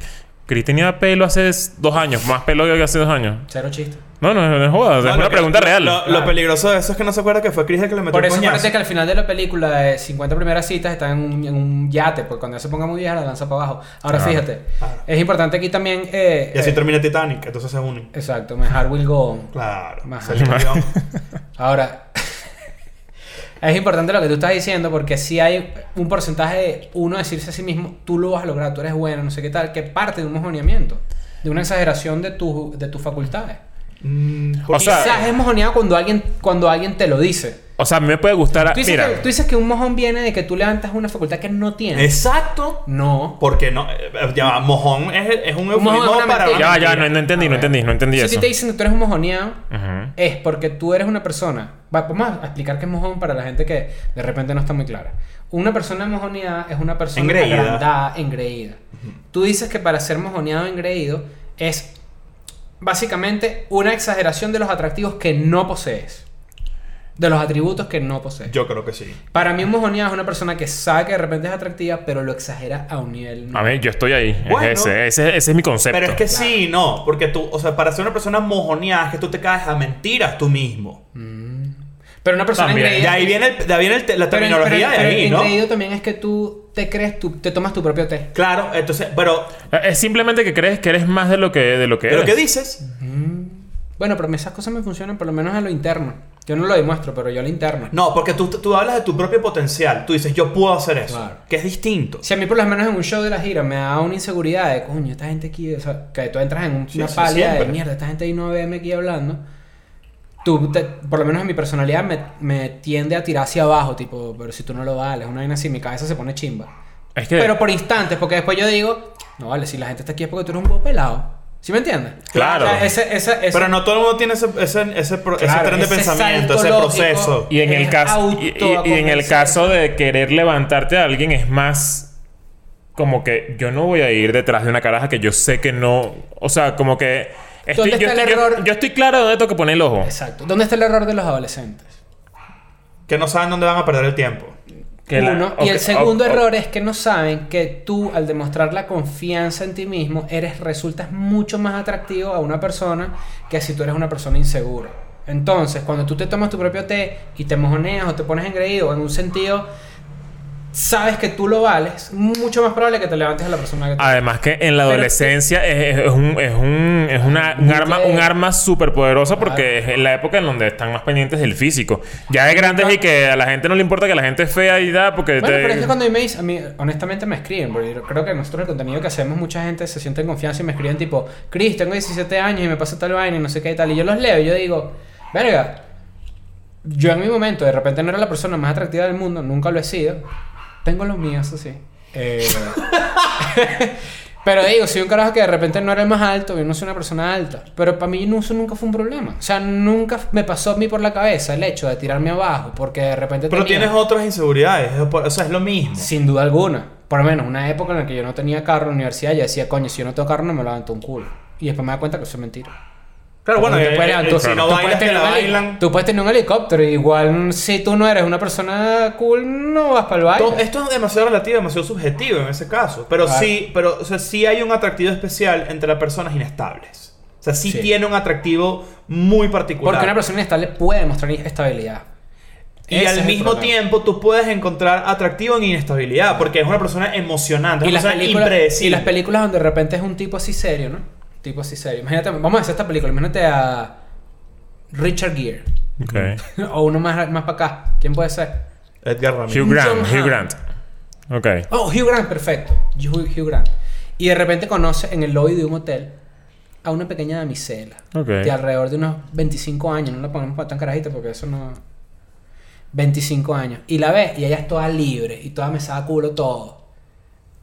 Speaker 2: Chris tenía pelo hace dos años, más pelo que hace dos años.
Speaker 4: Cero chiste.
Speaker 2: No, no, no es joda,
Speaker 3: No,
Speaker 2: Pues es
Speaker 3: lo
Speaker 2: una
Speaker 3: que-
Speaker 2: pregunta real.
Speaker 3: Lo, lo peligroso de eso es que no se acuerda que fue Chris el que le metió
Speaker 4: Por
Speaker 3: el
Speaker 4: eso
Speaker 3: coñazo.
Speaker 4: parece que al final de la película, de 50 primeras citas están en un, en un yate, porque cuando ya se ponga muy vieja la lanza para abajo. Ahora
Speaker 2: Claro.
Speaker 4: fíjate,
Speaker 3: Claro.
Speaker 4: es importante aquí también. eh,
Speaker 3: Y así
Speaker 4: eh,
Speaker 3: termina Titanic, entonces se unen.
Speaker 4: Exacto, my heart will go on.
Speaker 3: Claro.
Speaker 4: Más
Speaker 3: Se le
Speaker 2: *laughs*
Speaker 3: olvidó.
Speaker 4: Ahora, *laughs* es importante lo que tú estás diciendo, porque si hay un porcentaje de uno decirse a sí mismo, tú lo vas a lograr, tú eres bueno, no sé qué tal, que parte de un mojoneamiento, de una exageración de, tu, de tus facultades.
Speaker 3: Mm,
Speaker 2: O sea-
Speaker 4: Quizás es mojoneado cuando alguien, cuando alguien te lo dice.
Speaker 2: O sea, a mí me puede gustar. a-
Speaker 4: Tú dices,
Speaker 2: mira,
Speaker 4: que, tú dices que un mojón viene de que tú levantas una facultad que no tienes.
Speaker 3: Exacto.
Speaker 4: No.
Speaker 3: Porque no. eh, Ya va, mojón es, es un
Speaker 4: Mojón es
Speaker 3: eufemismo
Speaker 4: una
Speaker 3: para.
Speaker 4: mentira.
Speaker 2: ya, va, ya, va, no, no entendí, no entendí, no entendí
Speaker 4: si a ti
Speaker 2: eso.
Speaker 4: te dicen que tú eres un mojoneado,
Speaker 2: Ujú.
Speaker 4: es porque tú eres una persona. Va, vamos a explicar qué es mojón para la gente que de repente no está muy clara. Una persona mojoneada es una persona
Speaker 3: Engreída.
Speaker 4: agrandada, engreída. Tú dices que para ser mojoneado o engreído es básicamente una exageración de los atractivos que no posees. De los atributos que no posees.
Speaker 3: Yo creo que sí.
Speaker 4: Para mí un mojoneado es una persona que sabe que de repente es atractiva, pero lo exagera a un nivel...
Speaker 2: A mí, yo estoy ahí. Es
Speaker 3: Bueno.
Speaker 2: ese, ese, ese es mi concepto.
Speaker 3: Pero es que sí, no. Porque tú, o sea, para ser una persona mojoneada es que tú te caes a mentiras tú mismo.
Speaker 4: Mm. Pero una persona
Speaker 2: También.
Speaker 4: engreída...
Speaker 3: De ahí viene, el- de ahí viene el te-
Speaker 4: Pero-
Speaker 3: la
Speaker 4: pero-
Speaker 3: terminología
Speaker 4: pero
Speaker 3: de ahí, ¿no?
Speaker 4: engreído también es que tú te crees, tu- te tomas tu propio té.
Speaker 3: Claro, entonces, pero.
Speaker 2: Es simplemente que crees que eres más de lo que, de lo que
Speaker 3: ¿Pero
Speaker 2: eres.
Speaker 3: qué dices?
Speaker 4: Bueno, pero esas cosas me funcionan por lo menos a lo interno. Yo no lo demuestro, pero yo lo interno.
Speaker 3: No, porque tú, tú hablas de tu propio potencial. Tú dices, yo puedo hacer eso.
Speaker 4: Claro.
Speaker 3: Que es distinto.
Speaker 4: Si a mí por lo menos en un show de la gira me da una inseguridad de, coño, esta gente aquí, o sea, que tú entras en un-
Speaker 3: Sí,
Speaker 4: una
Speaker 3: sí,
Speaker 4: pálida de
Speaker 3: siempre.
Speaker 4: mierda, esta gente ahí no me aquí hablando. Tú, te- por lo menos en mi personalidad, me, me tiende a tirar hacia abajo, tipo, pero si tú no lo vales, una vaina así, mi cabeza se pone chimba.
Speaker 2: Es que.
Speaker 4: Pero por instantes, porque después yo digo, no vale, si la gente está aquí es porque tú eres un poco pelado. ¿Sí me entiendes?
Speaker 2: Claro.
Speaker 4: O sea, ese- esa- esa-
Speaker 3: Pero no todo el mundo tiene ese, ese, ese, pro- ese
Speaker 4: Claro,
Speaker 3: tren de
Speaker 4: ese salto
Speaker 3: pensamiento, ese
Speaker 4: lógico.
Speaker 3: proceso.
Speaker 2: Y en, el
Speaker 4: Es
Speaker 2: caso, y, y- y en el
Speaker 4: autoconvencerse.
Speaker 2: caso de querer levantarte a alguien es más como que yo no voy a ir detrás de una caraja que yo sé que no... O sea, como que... Estoy,
Speaker 4: ¿Dónde
Speaker 2: yo,
Speaker 4: está el
Speaker 2: estoy, yo-
Speaker 4: error?
Speaker 2: yo estoy claro de dónde tengo que poner el ojo.
Speaker 4: Exacto. ¿Dónde está el error de los adolescentes?
Speaker 3: Que no saben dónde van a perder el tiempo.
Speaker 2: Que la-
Speaker 4: Uno.
Speaker 2: ok,
Speaker 4: y el segundo
Speaker 2: ok, ok.
Speaker 4: error es que no saben que tú, al demostrar la confianza en ti mismo, eres, resultas mucho más atractivo a una persona que si tú eres una persona insegura. Entonces, cuando tú te tomas tu propio té y te mojoneas o te pones engreído, en un sentido, sabes que tú lo vales, mucho más probable que te levantes a la persona que tú
Speaker 2: Además que en la
Speaker 4: Pero-
Speaker 2: adolescencia es, es un, es, un, es una, un
Speaker 4: Muy
Speaker 2: arma,
Speaker 4: bien.
Speaker 2: un arma súper poderosa porque es la época en donde están más pendientes del físico. Ya de grandes y que a la gente no le importa que la gente es fea y da porque...
Speaker 4: Bueno,
Speaker 2: te-
Speaker 4: pero es que cuando me dicen, a mí, honestamente me escriben, porque yo creo que nosotros el contenido que hacemos, mucha gente se siente en confianza y me escriben tipo, Chris, tengo 17 años y me pasa tal vaina y no sé qué y tal. Y yo los leo y yo digo, verga, yo en mi momento de repente no era la persona más atractiva del mundo, nunca lo he sido. Tengo los míos, eso sí. Eh, *laughs* pero digo, soy un carajo que de repente no era el más alto, yo no soy una persona alta. Pero para mí no- eso nunca fue un problema. O sea, nunca me pasó a mí por la cabeza el hecho de tirarme abajo, porque de repente...
Speaker 3: Pero
Speaker 4: tenía-
Speaker 3: tienes otras inseguridades. es por- O sea, es lo mismo.
Speaker 4: sin duda alguna. Por lo menos una época en la que yo no tenía carro en la universidad, yo decía, coño, si yo no tengo carro no me levanto un culo. Y después me da cuenta que eso es mentira.
Speaker 3: Claro, bueno,
Speaker 4: Porque
Speaker 3: eh,
Speaker 4: tú puedes-
Speaker 3: eh,
Speaker 4: tú-
Speaker 3: si
Speaker 4: tú
Speaker 3: no
Speaker 4: puedes
Speaker 3: bailas, que
Speaker 4: tener
Speaker 3: la
Speaker 4: un heli-
Speaker 3: bailan.
Speaker 4: Tú puedes tener un helicóptero, igual si tú no eres una persona cool, no vas para el baile.
Speaker 3: To- Esto es demasiado relativo, demasiado subjetivo en ese caso. Pero
Speaker 4: Claro.
Speaker 3: sí, pero o sea, sí hay un atractivo especial entre las personas inestables. O sea, sí,
Speaker 4: Sí.
Speaker 3: tiene un atractivo muy particular.
Speaker 4: Porque una persona inestable puede mostrar estabilidad.
Speaker 3: y
Speaker 4: Ese es
Speaker 3: al
Speaker 4: el
Speaker 3: mismo
Speaker 4: problema.
Speaker 3: tiempo tú puedes encontrar atractivo en inestabilidad, porque es una persona emocionante,
Speaker 4: Y
Speaker 3: es una
Speaker 4: las,
Speaker 3: persona
Speaker 4: películas,
Speaker 3: impredecible.
Speaker 4: y las películas donde de repente es un tipo así serio, ¿no? Tipo así serio. Imagínate, vamos a hacer esta película, imagínate a Richard Gere. *laughs*
Speaker 2: Ok.
Speaker 4: o uno más, más para acá. ¿Quién puede ser?
Speaker 3: Edgar Ramírez.
Speaker 2: Hugh
Speaker 4: John
Speaker 2: Grant,
Speaker 4: Hamm.
Speaker 2: Hugh Grant. Ok.
Speaker 4: Oh, Hugh Grant, perfecto. Hugh, Hugh Grant. Y de repente conoce en el lobby de un hotel a una pequeña damisela.
Speaker 2: Ok.
Speaker 4: De alrededor de unos 25 años. No la ponemos para tan carajita porque eso no... 25 años. Y la ve y ella es toda libre y toda mesada culo, todo.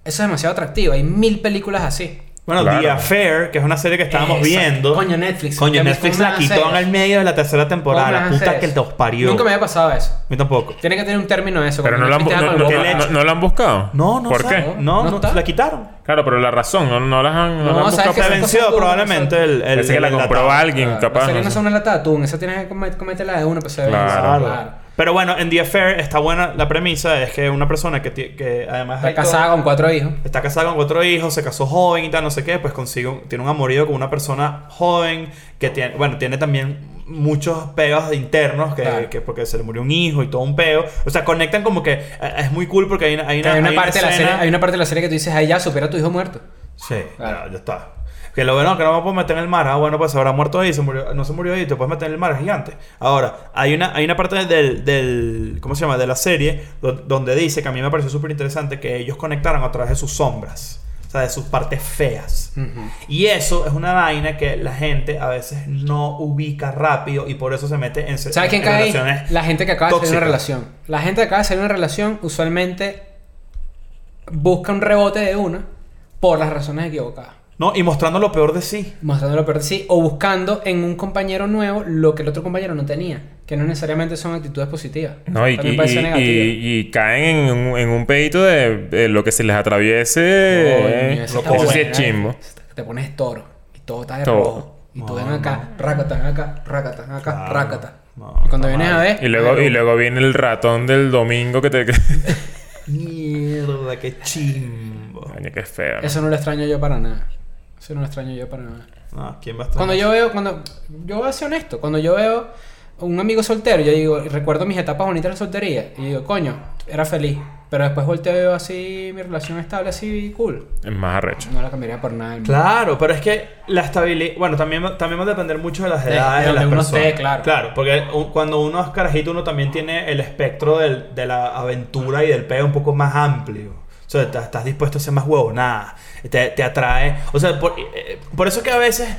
Speaker 4: Eso es demasiado atractivo. Hay mil películas así.
Speaker 3: Bueno,
Speaker 2: Claro.
Speaker 3: The Affair, que es una serie que estábamos
Speaker 4: Exacto.
Speaker 3: viendo.
Speaker 4: Coño, Netflix.
Speaker 3: Coño,
Speaker 4: También
Speaker 3: Netflix
Speaker 4: ¿cómo
Speaker 3: la
Speaker 4: van a
Speaker 3: quitó
Speaker 4: hacer
Speaker 3: en el
Speaker 4: eso?
Speaker 3: medio de la tercera temporada.
Speaker 4: ¿Cómo van
Speaker 3: La
Speaker 4: a
Speaker 3: puta
Speaker 4: hacer
Speaker 3: que
Speaker 4: eso?
Speaker 3: los parió.
Speaker 4: Nunca me había pasado eso.
Speaker 3: A mí tampoco.
Speaker 4: Tiene que tener un término eso.
Speaker 2: Pero no
Speaker 4: cuando
Speaker 2: lo,
Speaker 4: Netflix
Speaker 2: han, bu-
Speaker 4: te
Speaker 2: no,
Speaker 4: haga
Speaker 2: no-
Speaker 4: con
Speaker 3: ¿Qué
Speaker 4: el
Speaker 3: le
Speaker 4: boca.
Speaker 2: no- no lo han buscado.
Speaker 3: No, no.
Speaker 2: ¿Por
Speaker 3: sabe.
Speaker 2: qué?
Speaker 3: No,
Speaker 4: ¿No
Speaker 3: no,
Speaker 4: está?
Speaker 3: la quitaron.
Speaker 2: Claro, pero la razón, no, no las han, no
Speaker 4: No,
Speaker 2: las han
Speaker 4: ¿sabes qué?
Speaker 2: buscado.
Speaker 3: Se
Speaker 4: Esas
Speaker 3: venció
Speaker 4: cosas duran,
Speaker 3: probablemente
Speaker 4: exacto.
Speaker 3: el. el
Speaker 2: Parece que
Speaker 3: el
Speaker 2: la compró
Speaker 3: enlatado.
Speaker 2: alguien,
Speaker 4: Claro,
Speaker 2: capaz.
Speaker 4: La serie
Speaker 2: no
Speaker 4: no
Speaker 2: sé.
Speaker 4: son una lata de atún, esa tienes que comet- cométela de una, pues se ve
Speaker 2: Claro.
Speaker 4: bien,
Speaker 3: Claro.
Speaker 4: claro.
Speaker 3: Pero bueno, en The Affair está buena la premisa. Es que una persona que, ti- que además...
Speaker 4: Está
Speaker 3: hay todo-
Speaker 4: casada con cuatro hijos.
Speaker 3: Está casada con cuatro hijos, se casó joven y tal, no sé qué. Pues consigue... un- Tiene un amorío con una persona joven que tiene... Bueno, tiene también muchos peos internos que,
Speaker 4: Claro.
Speaker 3: que porque se le murió un hijo y todo un peo. O sea, conectan como que... eh, Es muy cool porque hay una... Hay
Speaker 4: Que
Speaker 3: una,
Speaker 4: Hay una,
Speaker 3: hay una
Speaker 4: parte de la serie,
Speaker 3: escena-
Speaker 4: hay una parte de la serie que tú dices, ahí ya supera a tu hijo muerto.
Speaker 3: Sí,
Speaker 4: Claro.
Speaker 3: ya, ya está. Que lo bueno que no me puedo meter en el mar. Ah, bueno, pues se habrá muerto ahí, se murió, no se murió ahí, te puedes meter en el mar, es gigante. Ahora, hay una, hay una parte del, del. ¿Cómo se llama? De la serie do- donde dice que a mí me pareció súper interesante que ellos conectaran a través de sus sombras. O sea, de sus partes feas. Y eso es una vaina que la gente a veces no ubica rápido y por eso se mete en, se-
Speaker 4: ¿Sabes quién
Speaker 3: en
Speaker 4: cae ahí?
Speaker 3: relaciones
Speaker 4: La gente que acaba de salir de una
Speaker 3: tóxicas.
Speaker 4: relación. La gente que acaba de salir de una relación usualmente busca un rebote de una por las razones equivocadas.
Speaker 3: No, y mostrando lo peor de sí.
Speaker 4: Mostrando lo peor de sí o buscando en un compañero nuevo lo que el otro compañero no tenía. Que no necesariamente son actitudes positivas.
Speaker 2: No, y,
Speaker 4: También
Speaker 2: y-
Speaker 4: puede ser
Speaker 2: y-
Speaker 4: negativa.
Speaker 2: y- y caen en un, en un pedito de, de lo que se les atraviese. eh,
Speaker 4: Coño, esa
Speaker 2: eso
Speaker 4: está
Speaker 2: sí
Speaker 4: buena,
Speaker 2: es chimbo.
Speaker 4: ¿eh? Te pones toro y todo está de
Speaker 2: Todo.
Speaker 4: rojo. Y tú ven acá, rácata, ven acá, rácata, ven acá,
Speaker 3: Claro.
Speaker 4: rácata.
Speaker 3: No,
Speaker 4: y cuando
Speaker 3: está
Speaker 4: vienes a
Speaker 3: mal.
Speaker 4: ver.
Speaker 2: Y luego, y luego viene el ratón del domingo que te. *laughs* Coño,
Speaker 3: Mierda, qué chimbo.
Speaker 2: qué feo. ¿no?
Speaker 4: Eso no lo extraño yo para nada. Eso no lo extraño yo para nada.
Speaker 3: No, Ah, ¿quién va a estar?
Speaker 4: Cuando yo veo, cuando. Yo voy a ser honesto. Cuando yo veo a un amigo soltero, yo digo, recuerdo mis etapas bonitas de soltería. Y digo, coño, era feliz. Pero después volteo y veo así mi relación estable, así cool.
Speaker 2: Es más arrecho.
Speaker 4: No la cambiaría por nada. del mundo.
Speaker 3: Claro, pero es que la estabilidad. Bueno, también, va- también va a depender mucho de las
Speaker 4: De-
Speaker 3: edades
Speaker 4: de
Speaker 3: de, las
Speaker 4: donde uno
Speaker 3: personas.
Speaker 4: esté, claro.
Speaker 3: porque u- cuando uno es carajito, uno también tiene el espectro del- de la aventura y del peo un poco más amplio. O sea, te- estás dispuesto a ser más huevonada. Te, te atrae. O sea, por, eh, por eso que a veces.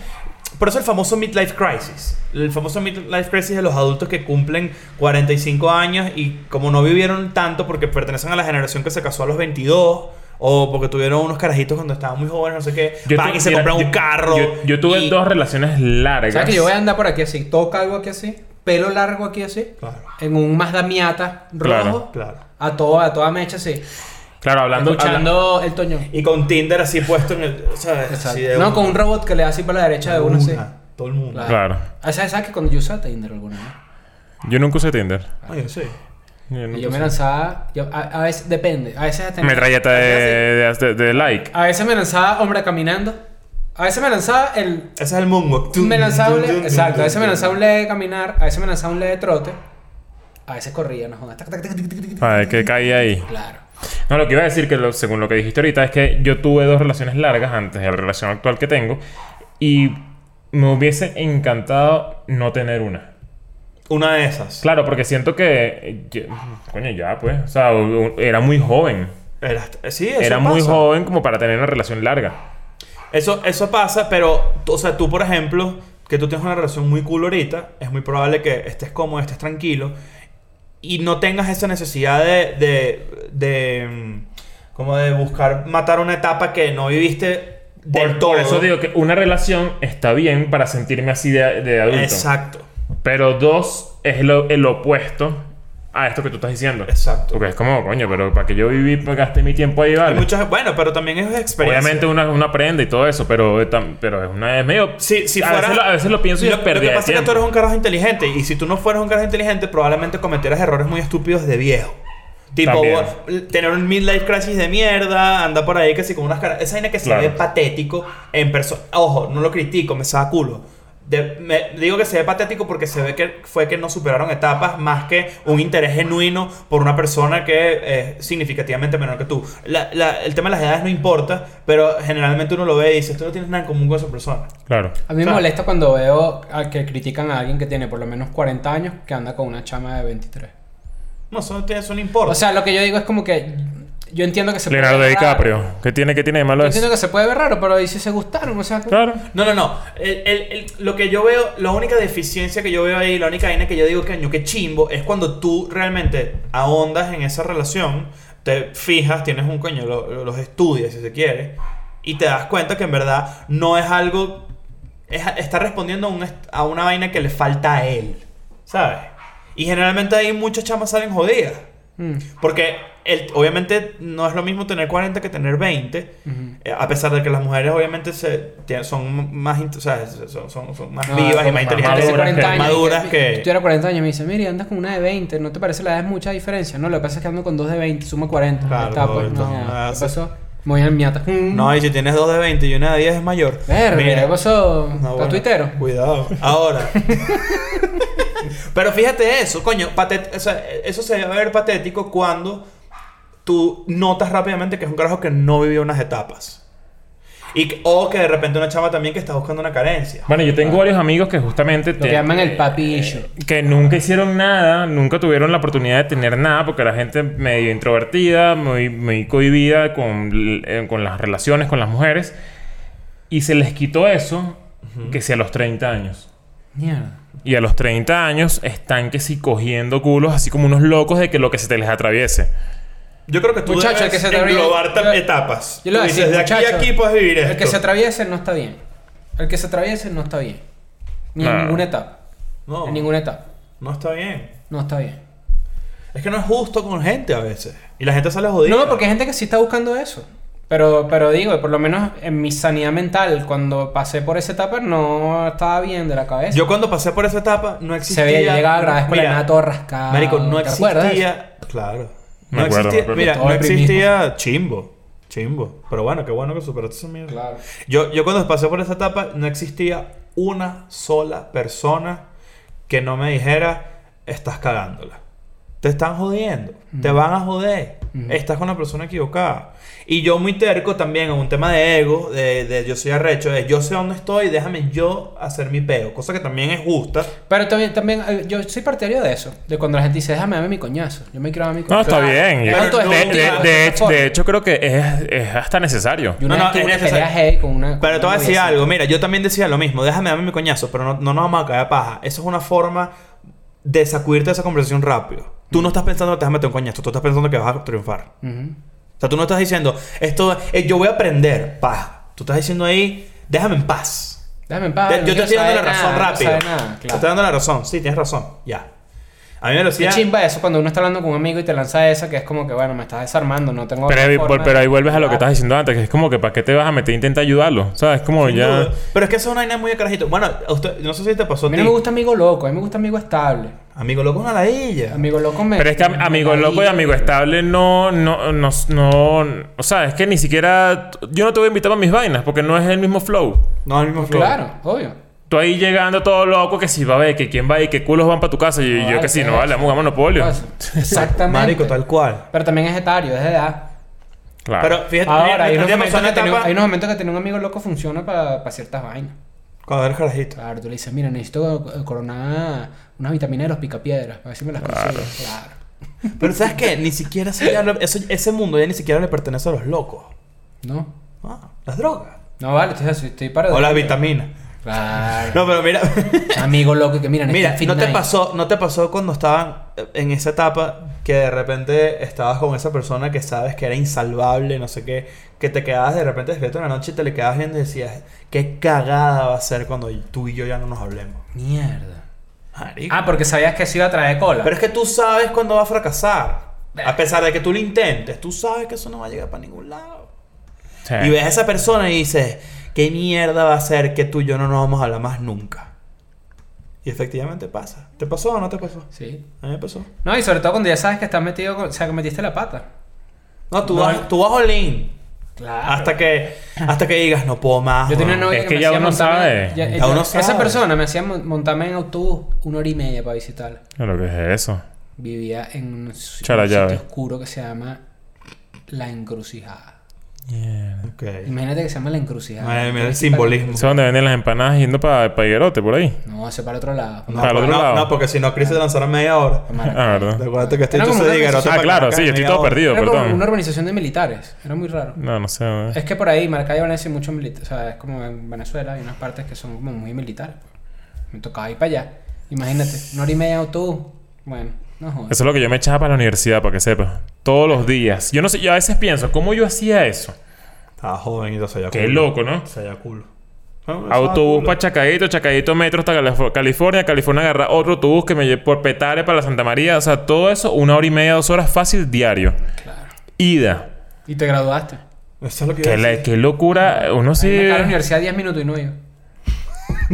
Speaker 3: Por eso el famoso midlife crisis. El famoso midlife crisis de los adultos que cumplen 45 años y como no vivieron tanto porque pertenecen a la generación que se casó a los 22 o porque tuvieron unos carajitos cuando estaban muy jóvenes, no sé qué,
Speaker 2: Yo
Speaker 3: van
Speaker 2: tu-
Speaker 3: y se
Speaker 2: mira,
Speaker 3: compran
Speaker 2: yo-
Speaker 3: un carro.
Speaker 2: Yo, yo tuve
Speaker 4: y-
Speaker 2: dos relaciones largas.
Speaker 4: ¿Sabes que yo voy a andar por aquí así? Todo calvo aquí así, pelo largo aquí así,
Speaker 3: Claro.
Speaker 4: en un Mazda Miata rojo,
Speaker 2: Claro.
Speaker 3: Claro.
Speaker 4: a, todo, a toda mecha así,
Speaker 2: Claro, hablando. habla-
Speaker 4: escuchando el toñón.
Speaker 3: Y con Tinder así puesto en el. ¿Sabes?
Speaker 4: Exacto.
Speaker 3: Así de
Speaker 4: No,
Speaker 3: una.
Speaker 4: con un robot que le da así para la derecha de uno así.
Speaker 3: Una, Todo el mundo.
Speaker 4: Claro.
Speaker 2: Claro.
Speaker 4: Ah, ¿Sabes, ¿Sabes que cuando yo usaba Tinder alguna vez?
Speaker 2: Yo nunca usé Tinder.
Speaker 3: Oye, sí.
Speaker 2: Yo
Speaker 4: Y
Speaker 2: nunca
Speaker 4: yo me
Speaker 2: usé-
Speaker 4: lanzaba, yo- a, a veces, depende, a veces hasta-
Speaker 2: Metralleta de, de, de like.
Speaker 4: A veces me lanzaba hombre caminando, a veces me lanzaba el...
Speaker 3: Ese es el moonwalk. Tum,
Speaker 4: Me lanzaba un
Speaker 3: tum,
Speaker 4: le-
Speaker 3: tum,
Speaker 4: exacto,
Speaker 3: tum,
Speaker 4: a veces me
Speaker 3: tum.
Speaker 4: lanzaba un le de caminar, a veces me lanzaba un le de trote, a veces corría, no jodas. tac, tac, tac, tac, tac, tac.
Speaker 2: Para ver qué caía ahí.
Speaker 4: Claro.
Speaker 2: No, lo que iba a decir, que lo- según lo que dijiste ahorita, es que yo tuve dos relaciones largas antes de la relación actual que tengo. Y me hubiese encantado no tener una.
Speaker 3: Una de esas.
Speaker 2: Claro, porque siento que. eh, yo- coño, ya, pues. O sea, u- u- era muy joven.
Speaker 3: Era, sí, eso
Speaker 2: Era muy
Speaker 3: pasa.
Speaker 2: joven como para tener una relación larga.
Speaker 3: Eso, eso pasa, pero, tú- o sea, tú, por ejemplo, que tú tienes una relación muy cool ahorita, es muy probable que estés cómodo, estés tranquilo y no tengas esa necesidad de. de, de, mm, como de buscar matar una etapa que no viviste del
Speaker 2: por,
Speaker 3: todo.
Speaker 2: por eso digo que una relación está bien para sentirme así de, de adulto.
Speaker 3: Exacto.
Speaker 2: Pero dos es lo- el opuesto a esto que tú estás diciendo.
Speaker 3: Exacto.
Speaker 2: Porque es como, coño, pero para que yo viví, pues, gasté mi tiempo ahí,
Speaker 3: Hay
Speaker 2: ¿vale?
Speaker 3: muchas, bueno, pero también es experiencia.
Speaker 2: Obviamente una, una prenda y todo eso, pero, eh, tam- pero es una es medio...
Speaker 3: Si, si
Speaker 2: a,
Speaker 3: fueras-
Speaker 2: veces lo, a veces lo pienso y es pérdida
Speaker 3: Lo que
Speaker 2: de
Speaker 3: pasa es que tú
Speaker 2: tiempo.
Speaker 3: eres un carajo inteligente. Y si tú no fueras un carajo inteligente, probablemente cometieras errores muy estúpidos de viejo. Tipo,
Speaker 2: También.
Speaker 3: bo- tener un midlife crisis de mierda, andar por ahí que si con unas caras. Esa vaina que
Speaker 2: Claro.
Speaker 3: se ve patético en persona. Ojo, no lo critico, me saca culo. De- me- digo que se ve patético porque se ve que fue que no superaron etapas más que un interés genuino por una persona que es significativamente menor que tú. La- la- el tema de las edades no importa, pero generalmente uno lo ve y dice, tú no tienes nada en común con esa persona.
Speaker 2: Claro.
Speaker 4: A mí me
Speaker 3: Claro.
Speaker 4: molesta cuando veo a que critican a alguien que tiene por lo menos 40 años que anda con una chama de 23.
Speaker 3: No, eso no, tiene- eso no importa.
Speaker 4: O sea, lo que yo digo es como que yo entiendo que se
Speaker 2: Leonardo
Speaker 4: puede ver raro.
Speaker 2: DiCaprio. ¿Qué tiene, qué tiene de
Speaker 4: Yo
Speaker 2: malo
Speaker 4: entiendo
Speaker 2: eso?
Speaker 4: que se puede ver raro, pero ahí sí se gustaron, o sea, como-
Speaker 2: Claro.
Speaker 3: no, no, no. El- el- el- lo que yo veo, la única deficiencia que yo veo ahí, la única vaina que yo digo que año que chimbo, es cuando tú realmente ahondas en esa relación, te fijas, tienes un coño, lo- lo- los estudias si se quiere, y te das cuenta que en verdad no es algo. es- está respondiendo a, un est- a una vaina que le falta a él, ¿sabes? Y generalmente ahí muchas chamas salen jodidas.
Speaker 4: Mm.
Speaker 3: Porque el- obviamente no es lo mismo tener 40 que tener 20.
Speaker 4: Ujú.
Speaker 3: eh, A pesar de que las mujeres obviamente se, tien- son más, int- o sea, son, son- son más
Speaker 4: No,
Speaker 3: vivas y
Speaker 4: como
Speaker 3: más
Speaker 2: más
Speaker 3: inteligentes.
Speaker 4: Hace
Speaker 2: maduras
Speaker 4: 40
Speaker 2: que-
Speaker 4: años,
Speaker 3: maduras
Speaker 4: y
Speaker 3: que-
Speaker 4: Tú tienes 40 años y me dice, mire, andas con una de 20, ¿no te parece la edad es mucha diferencia? No, lo que pasa es que ando con dos de 20, suma 40.
Speaker 3: Claro,
Speaker 4: Ahí está, pues,
Speaker 3: no,
Speaker 4: no, ya.
Speaker 3: nada,
Speaker 4: ¿Qué
Speaker 3: sí.
Speaker 4: pasó? Me voy a miata.
Speaker 3: No, y si tienes dos de 20 y una de 10 es mayor.
Speaker 4: Verga,
Speaker 3: Mira.
Speaker 4: ¿qué pasó?
Speaker 3: No,
Speaker 4: ¿Está
Speaker 3: Ah, bueno,
Speaker 4: tuitero?
Speaker 3: Cuidado. *laughs* Ahora. Pero fíjate eso, coño. patet- o sea, eso se debe ver patético cuando tú notas rápidamente que es un carajo que no vivió unas etapas. Y, que- o que de repente una chava también que está buscando una carencia.
Speaker 2: Bueno, yo tengo varios amigos que justamente...
Speaker 4: Lo que llaman el papi
Speaker 3: Eh,
Speaker 4: issue.
Speaker 2: que nunca hicieron nada, nunca tuvieron la oportunidad de tener nada, porque la gente medio introvertida, muy, muy cohibida con, l- eh, con las relaciones, con las mujeres, y se les quitó eso, que si a los 30 años.
Speaker 4: Mierda.
Speaker 2: Y a los 30 años están que si cogiendo culos, así como unos locos de que lo que se te les atraviese.
Speaker 3: Yo creo que tú
Speaker 4: Muchacho, el
Speaker 3: debes
Speaker 4: que se atraviese-
Speaker 3: englobar tam-
Speaker 4: yo-
Speaker 3: etapas.
Speaker 4: Yo lo
Speaker 3: Tú
Speaker 4: voy a
Speaker 3: dices,
Speaker 4: decir,
Speaker 3: de aquí
Speaker 4: muchacho,
Speaker 3: a aquí puedes vivir esto.
Speaker 4: El que se atraviese no está bien. El que se atraviese no está bien. Ni en
Speaker 2: No.
Speaker 4: ninguna etapa.
Speaker 3: no,
Speaker 4: En ninguna etapa.
Speaker 3: no está bien.
Speaker 4: No está bien.
Speaker 3: Es que no es justo con gente a veces. Y la gente sale jodida.
Speaker 4: No, porque hay gente que sí está buscando eso. Pero, pero digo, por lo menos en mi sanidad mental, cuando pasé por esa etapa, no estaba bien de la cabeza.
Speaker 3: Yo cuando pasé por esa etapa no
Speaker 4: se
Speaker 3: existía.
Speaker 4: veía, yo llegaba a grabar escuela
Speaker 3: Mira,
Speaker 4: nada todo rascado.
Speaker 3: Marico, no
Speaker 4: Ah, ¿Te acuerdas de eso?
Speaker 3: existía. Claro.
Speaker 2: Me
Speaker 3: No
Speaker 2: acuerdo, me
Speaker 3: existía.
Speaker 2: acuerdo.
Speaker 3: Mira,
Speaker 4: Todo
Speaker 3: no
Speaker 4: deprimido.
Speaker 3: existía chimbo. Chimbo. Pero bueno, qué bueno que superaste esa mierda.
Speaker 4: Claro.
Speaker 3: Yo, yo cuando pasé por esa etapa no existía una sola persona que no me dijera, estás cagándola. Te están jodiendo, te van a joder,
Speaker 4: Ujú.
Speaker 3: estás con la persona equivocada. Y yo muy terco también en un tema de ego, de, de yo soy arrecho, de yo sé dónde estoy, déjame yo hacer mi peo, cosa que también es justa.
Speaker 4: Pero también, también eh, yo soy partidario de eso. De cuando la gente dice, déjame darme mi coñazo. Yo me quiero dar mi coñazo.
Speaker 2: No, está
Speaker 4: Claro.
Speaker 2: bien. Yo-
Speaker 4: Tanto
Speaker 2: de,
Speaker 4: es
Speaker 3: no,
Speaker 2: de-
Speaker 4: mentira,
Speaker 3: claro,
Speaker 2: de
Speaker 4: esa
Speaker 2: hecho,
Speaker 4: forma.
Speaker 2: de hecho, creo que es, es hasta necesario.
Speaker 4: Yo una
Speaker 3: No,
Speaker 4: vez tuve
Speaker 3: no, es
Speaker 4: una
Speaker 3: necesario.
Speaker 4: pelea heavy con una...
Speaker 3: Pero te voy a
Speaker 4: una
Speaker 3: decir
Speaker 4: vecina.
Speaker 3: algo, mira, yo también decía lo mismo, déjame darme mi coñazo, pero no, no nos vamos a caer a paja. Eso es una forma de sacudirte de esa conversación rápido. Tú no estás pensando que te vas a meter un coñazo, tú estás pensando que vas a triunfar.
Speaker 4: Ujú.
Speaker 3: O sea, tú no estás diciendo, esto, eh, yo voy a aprender, pa. Tú estás diciendo ahí, déjame en paz.
Speaker 4: Déjame en paz.
Speaker 3: Te-
Speaker 4: no
Speaker 3: yo te
Speaker 4: quiero
Speaker 3: estoy dando la
Speaker 4: saber
Speaker 3: razón
Speaker 4: nada,
Speaker 3: rápido.
Speaker 4: No sabe nada,
Speaker 3: Te
Speaker 4: claro.
Speaker 3: estoy dando la razón. Sí, tienes razón. Ya. A mí me lo
Speaker 4: Qué
Speaker 3: decía...
Speaker 4: chimba eso cuando uno está hablando con un amigo y te lanza esa que es como que, bueno, me estás desarmando, no tengo
Speaker 2: Pero
Speaker 4: otra
Speaker 2: ahí,
Speaker 4: forma
Speaker 2: pero ahí
Speaker 4: de-
Speaker 2: vuelves a lo que
Speaker 4: Ah,
Speaker 2: estás diciendo antes, que es como que para qué te vas a meter, intenta ayudarlo. O sea, es como
Speaker 3: Sin
Speaker 2: ya.
Speaker 3: duda. Pero es que eso es una vaina muy de carajito. Bueno, a usted- no sé si te pasó
Speaker 4: A
Speaker 3: a
Speaker 4: mí
Speaker 3: ti.
Speaker 4: no me gusta amigo loco, a mí me gusta amigo estable.
Speaker 3: Amigo loco es una ladilla.
Speaker 4: Amigo loco me...
Speaker 2: Pero es que am- amigo loco y amigo estable no, no, no, no- O sea, es que ni siquiera. Yo no te voy a invitar a mis vainas porque no es el mismo flow.
Speaker 3: No, el mismo flow.
Speaker 4: Claro, obvio.
Speaker 2: Tú ahí llegando todo loco, que si va a ver, que quién va y que culos van para tu casa. Y yo,
Speaker 4: No,
Speaker 2: yo
Speaker 4: vale,
Speaker 2: que si
Speaker 4: ¿qué
Speaker 2: no,
Speaker 4: es
Speaker 2: vale,
Speaker 4: eso?
Speaker 2: vamos a jugar monopolio. *laughs*
Speaker 4: Exactamente.
Speaker 3: Marico, tal cual.
Speaker 4: Pero también es etario, es de edad.
Speaker 2: Claro.
Speaker 3: Pero fíjate,
Speaker 4: Ahora, hay
Speaker 3: mira,
Speaker 4: unos,
Speaker 3: ya
Speaker 4: momentos
Speaker 3: pasó
Speaker 4: que
Speaker 3: una
Speaker 4: tener,
Speaker 3: etapa...
Speaker 4: hay unos momentos que tener un amigo loco funciona para ciertas vainas.
Speaker 3: Cuando era el carajito.
Speaker 4: Claro, tú le dices, mira, necesito eh, coronar unas vitaminas de los picapiedras, para decirme las cosas. Claro.
Speaker 3: Pero ¿sabes qué? Ni siquiera eso ya lo- eso- ese mundo ya ni siquiera le pertenece a los locos.
Speaker 4: No.
Speaker 3: Ah, las drogas.
Speaker 4: No, vale, estoy, así, estoy para...
Speaker 3: O las vitaminas.
Speaker 4: Claro.
Speaker 3: No,
Speaker 4: *laughs*
Speaker 3: pero mira...
Speaker 4: Amigo loco que miran
Speaker 3: Mira, ¿no te, pasó, ¿no te pasó cuando estaban eh, en esa etapa que de repente estabas con esa persona que sabes que era insalvable, no sé qué, que te quedabas de repente despierto en la noche y te le quedabas viendo y decías, qué cagada va a ser cuando tú y yo ya no nos hablemos?
Speaker 4: Mierda.
Speaker 3: Marico.
Speaker 4: Ah, porque sabías que se iba a traer cola.
Speaker 3: Pero es que tú sabes cuándo va a fracasar. A pesar de que tú lo intentes, tú sabes que eso no va a llegar para ningún lado.
Speaker 2: Sí.
Speaker 3: Y ves a esa persona y dices, ¿qué mierda va a ser que tú y yo no nos vamos a hablar más nunca? Y efectivamente pasa. ¿Te pasó o no te pasó?
Speaker 4: Sí.
Speaker 3: A mí me pasó.
Speaker 4: No, y sobre todo cuando ya sabes que estás metido, con- o sea, que metiste la pata.
Speaker 3: No, tú
Speaker 4: No,
Speaker 3: vas, tú vas all in.
Speaker 4: Claro.
Speaker 3: Hasta que, hasta que digas, no puedo más.
Speaker 4: Yo tenía una
Speaker 3: weón".
Speaker 4: novia
Speaker 2: Es
Speaker 4: que,
Speaker 2: que
Speaker 4: me
Speaker 2: ya
Speaker 4: hacía
Speaker 2: uno
Speaker 4: montarme-
Speaker 2: sabe.
Speaker 4: ya-
Speaker 3: Ah, Ya
Speaker 4: ya-
Speaker 3: uno
Speaker 4: Esa
Speaker 3: sabe.
Speaker 4: persona me hacía mon- montarme en autobús una hora y media para visitarla.
Speaker 2: Lo que es eso.
Speaker 4: Vivía en un, s-
Speaker 2: Chara
Speaker 4: un
Speaker 2: llave.
Speaker 4: sitio oscuro que se llama La Encrucijada.
Speaker 2: Mierda.
Speaker 3: Ok.
Speaker 4: Imagínate que se llama La Encrucijada.
Speaker 3: Madre mía, el
Speaker 4: Tienes que
Speaker 3: simbolismo.
Speaker 2: Eso es donde venden las empanadas yendo para Higuerote, por ahí.
Speaker 4: pagar- No, eso para otro lado.
Speaker 3: No,
Speaker 2: Para el otro
Speaker 3: no,
Speaker 2: lado.
Speaker 3: no, porque si no, Chris se lanzará media hora.
Speaker 2: Ah,
Speaker 3: Te
Speaker 2: verdad.
Speaker 3: acuerdas que estoy
Speaker 4: Era
Speaker 3: tú
Speaker 4: como
Speaker 3: se
Speaker 4: una
Speaker 3: diga, no te
Speaker 2: Ah,
Speaker 3: para
Speaker 2: claro,
Speaker 3: acá,
Speaker 2: sí, yo estoy
Speaker 3: media
Speaker 2: todo
Speaker 3: hora.
Speaker 2: perdido,
Speaker 4: Era como una
Speaker 2: perdón.
Speaker 4: organización de militares. Era muy raro.
Speaker 2: No, no sé. ¿no?
Speaker 4: Es que por ahí, Maracay, Venecia, hay mucho militar. O sea, es como en Venezuela, hay unas partes que son como muy militares. pues. Me tocaba ir para allá. Imagínate, una hora y media de autobús. Bueno, no jodas.
Speaker 2: Eso es lo que yo me echaba para la universidad, para que sepas. Todos los días. Yo no sé, yo a veces pienso, ¿cómo yo hacía eso?
Speaker 3: Estaba joven y todo se hallaba
Speaker 2: Qué loco, ¿no? Ah,
Speaker 3: Se hallaba culo. No,
Speaker 4: Pues, ah,
Speaker 3: no,
Speaker 2: Autobús
Speaker 3: estaba
Speaker 2: para
Speaker 3: culo.
Speaker 2: Chacadito, Chacadito Metro hasta Calif- California, California agarra otro autobús que me lleve por Petare para la Santa María, o sea, todo eso, una hora y media, dos horas fácil diario.
Speaker 4: Claro.
Speaker 2: Ida.
Speaker 4: Y te graduaste.
Speaker 3: Eso es lo que iba a
Speaker 2: Qué, la-
Speaker 3: decir.
Speaker 2: qué locura, uno
Speaker 4: A mí
Speaker 2: sí...
Speaker 4: Me quedaba en la universidad 10 minutos y no
Speaker 3: *laughs*
Speaker 4: iba.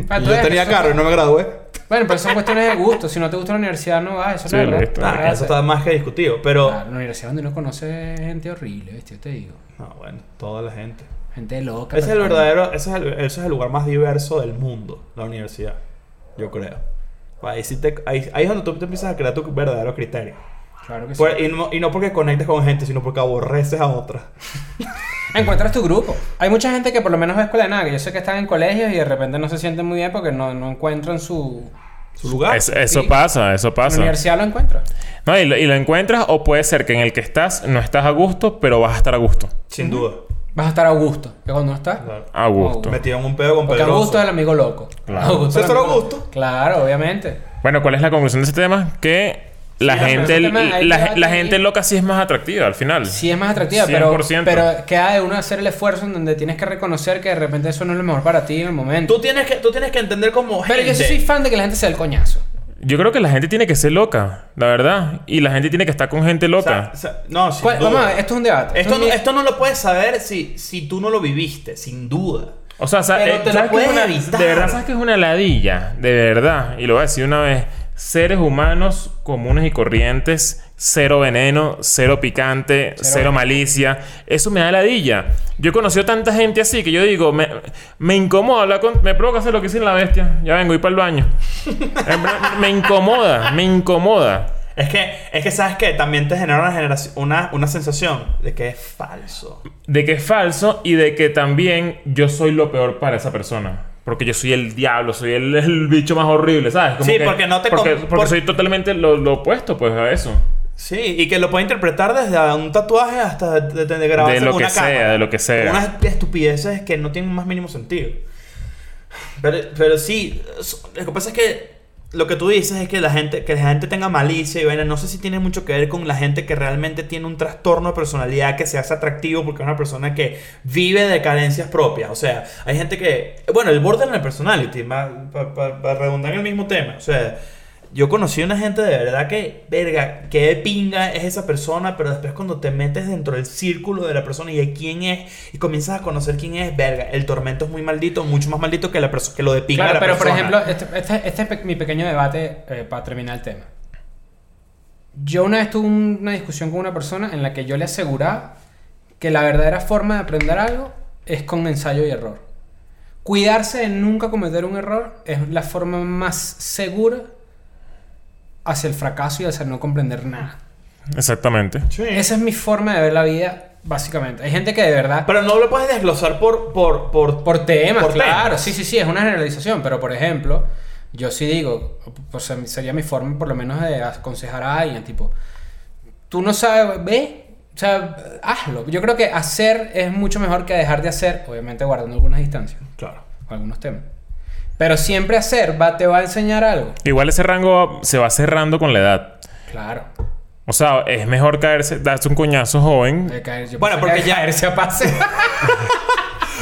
Speaker 4: Ah, tú
Speaker 3: Yo
Speaker 4: ves,
Speaker 3: tenía
Speaker 4: eso-
Speaker 3: carro y no me gradué.
Speaker 4: *laughs* Bueno, pero son cuestiones de gusto. Si no te gusta la universidad, no vas. Eso
Speaker 2: Sí,
Speaker 4: es la verdad.
Speaker 2: listo.
Speaker 4: La
Speaker 3: Ah,
Speaker 4: verdad,
Speaker 3: eso está más que discutido, pero...
Speaker 4: claro, la universidad donde uno conoce gente horrible, ¿viste? Yo te digo.
Speaker 3: No, bueno, toda la gente.
Speaker 4: Gente loca.
Speaker 3: Ese es el
Speaker 4: pero-
Speaker 3: verdadero, ese es el, ese es el lugar más diverso del mundo, la universidad, yo creo. Ahí, sí te- ahí, ahí es donde tú te empiezas a crear tu verdadero criterio.
Speaker 4: Claro que sí.
Speaker 3: Por- y, no, y no porque conectes con gente, sino porque aborreces a otras.
Speaker 4: Encuentras tu grupo. Hay mucha gente que por lo menos va a escuela de nada, que yo sé que están en colegios y de repente no se sienten muy bien porque no, no encuentran su...
Speaker 3: Su lugar.
Speaker 2: Es- eh, eso
Speaker 4: sí.
Speaker 2: pasa, eso
Speaker 4: En la
Speaker 2: pasa.
Speaker 4: universidad lo encuentras.
Speaker 2: No, y, lo, y lo encuentras o puede ser que en el que estás no estás a gusto, pero vas a estar a gusto.
Speaker 3: Sin duda.
Speaker 4: Vas a estar a gusto, que cuando no estás...
Speaker 3: Claro.
Speaker 2: A
Speaker 4: Oh,
Speaker 2: gusto.
Speaker 3: Metido en un pedo con
Speaker 4: Porque Augusto es
Speaker 3: Pedroso.
Speaker 4: el amigo loco.
Speaker 2: Claro.
Speaker 4: Augusto es el
Speaker 3: César
Speaker 4: amigo
Speaker 3: Augusto.
Speaker 4: loco. Claro, obviamente.
Speaker 2: Bueno, ¿cuál es la conclusión de ese tema? Que la
Speaker 4: Sí,
Speaker 2: gente
Speaker 4: pero ese este tema ahí
Speaker 2: la,
Speaker 4: debate
Speaker 2: la
Speaker 4: ahí.
Speaker 2: gente loca sí es más atractiva al final.
Speaker 4: Sí es más atractiva,
Speaker 2: 100%.
Speaker 4: pero, pero queda de uno hacer el esfuerzo en donde tienes que reconocer que de repente eso no es lo mejor para ti en el momento.
Speaker 3: Tú tienes que, tú tienes que entender como gente.
Speaker 4: Pero yo sí soy fan de que la gente sea el coñazo.
Speaker 2: Yo creo que la gente tiene que ser loca, la verdad. Y la gente tiene que estar con gente
Speaker 3: O sea,
Speaker 2: loca.
Speaker 3: o sea, no, sin
Speaker 4: ¿Cuál-
Speaker 3: duda.
Speaker 4: Pues, vamos a ver, esto es un debate.
Speaker 3: Esto, no,
Speaker 4: es un-
Speaker 3: esto no lo puedes saber si, si tú no lo viviste, sin duda.
Speaker 2: O sea, sa-
Speaker 3: Pero
Speaker 2: eh,
Speaker 3: te lo
Speaker 2: ¿sabes qué es
Speaker 3: puedes
Speaker 2: una-
Speaker 3: evitar.
Speaker 2: de verdad, ¿sabes que es una ladilla? De verdad. Y lo voy a decir una vez. Seres humanos comunes y corrientes, cero veneno, cero picante, cero, malicia. Eso me da ladilla. Yo he conocido tanta gente así que yo digo, me, me incomoda hablar con... Me provoca hacer lo que hice en la bestia. Ya vengo, ir para el
Speaker 3: *laughs*
Speaker 2: baño. En verdad, me incomoda, me incomoda.
Speaker 3: Es que, es que sabes que también te genera una, generación, una, una sensación de que es falso.
Speaker 2: de que es falso y de que también yo soy lo peor para esa persona. Porque yo soy el diablo, soy el, *laughs* el bicho más horrible, ¿sabes?
Speaker 3: Sí,
Speaker 2: que-
Speaker 3: porque no te
Speaker 2: Porque,
Speaker 3: con-
Speaker 2: porque
Speaker 3: por-
Speaker 2: soy totalmente lo, lo opuesto, pues, a eso.
Speaker 3: Sí, y que lo puedes interpretar desde un tatuaje hasta de, de, de
Speaker 2: De
Speaker 3: grabarse
Speaker 2: lo
Speaker 3: con
Speaker 2: que
Speaker 3: una cámara.
Speaker 2: sea, de lo que sea.
Speaker 3: Unas estupideces que no tienen más mínimo sentido. Pero, pero sí, es- lo que pasa es que lo que tú dices es que la gente que la gente tenga malicia y vaina, no sé si tiene mucho que ver con la gente que realmente tiene un trastorno de personalidad que se hace atractivo porque es una persona que vive de carencias propias. O sea, hay gente que, bueno, el borderline personality, para redundar en el mismo tema, o sea, yo conocí una gente de verdad que, verga, que de pinga es esa persona, pero después cuando te metes dentro del círculo de la persona y de quién es, y comienzas a conocer quién es, verga, el tormento es muy maldito, mucho más maldito que, la perso- que lo de pinga
Speaker 4: Claro,
Speaker 3: de la
Speaker 4: pero por
Speaker 3: persona.
Speaker 4: ejemplo, este, este- este es pe- mi pequeño debate eh, para terminar el tema. Yo una vez tuve un- una discusión con una persona en la que yo le aseguraba que la verdadera forma de aprender algo es con ensayo y error. Cuidarse de nunca cometer un error es la forma más segura hacia el fracaso y hacia no comprender nada.
Speaker 2: Exactamente.
Speaker 3: Sí.
Speaker 4: Esa es mi forma de ver la vida, básicamente. Hay gente que de verdad
Speaker 3: Pero no lo puedes desglosar por... por, por,
Speaker 4: Por temas,
Speaker 3: Por
Speaker 4: claro.
Speaker 3: temas.
Speaker 4: Sí, sí, sí, es una generalización. Pero, por ejemplo, yo sí digo, pues, sería mi forma por lo menos de aconsejar a alguien, tipo, tú no sabes, ve, o sea, hazlo. Yo creo que hacer es mucho mejor que dejar de hacer, obviamente guardando algunas distancias,
Speaker 3: Claro.
Speaker 4: algunos temas. Pero siempre hacer va, te va a enseñar algo.
Speaker 2: Igual ese rango se va cerrando con la edad.
Speaker 4: Claro.
Speaker 2: O sea, es mejor caerse, darse un coñazo joven.
Speaker 4: De caer- yo
Speaker 3: Bueno,
Speaker 4: pensé que
Speaker 3: porque ya-
Speaker 4: caerse a pase.
Speaker 3: *laughs*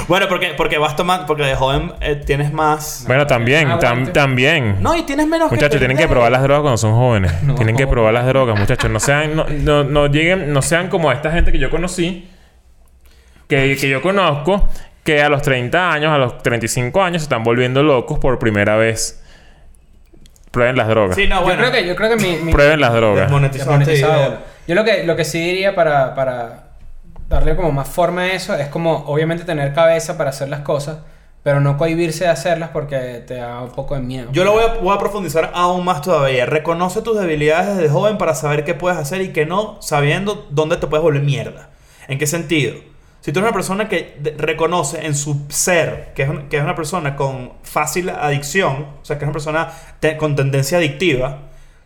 Speaker 3: Bueno, porque, porque vas tomando... Porque de joven eh, tienes más...
Speaker 2: Bueno, también,
Speaker 4: Ah,
Speaker 2: tam-
Speaker 4: aguante.
Speaker 2: también.
Speaker 3: No, y tienes menos
Speaker 2: *laughs* Muchachos, tienen que
Speaker 3: perder.
Speaker 2: probar las drogas cuando son jóvenes.
Speaker 4: No.
Speaker 2: Tienen que probar las drogas, muchachos. No sean, no, no, no lleguen, no sean como esta gente que yo conocí, que, que yo conozco, que a los 30 años, a los 35 años se están volviendo locos por primera vez. Prueben las drogas.
Speaker 3: Sí, no,
Speaker 4: yo
Speaker 3: Ah, bueno.
Speaker 4: creo que, yo creo que mi- mi,
Speaker 2: Prueben las drogas.
Speaker 3: Desmonetizado. este
Speaker 4: Desmonetizado.
Speaker 3: video.
Speaker 4: Yo lo que, lo que sí diría para, para darle como más forma a eso es como obviamente tener cabeza para hacer las cosas, pero no cohibirse de hacerlas porque te da un poco de miedo.
Speaker 3: Yo lo voy a, voy a profundizar aún más todavía. Reconoce tus debilidades desde joven para saber qué puedes hacer y qué no, sabiendo dónde te puedes volver mierda. ¿En qué sentido? Si tú eres una persona que de- reconoce en su ser que es, un- que es una persona con fácil adicción, o sea, que es una persona te- con tendencia adictiva,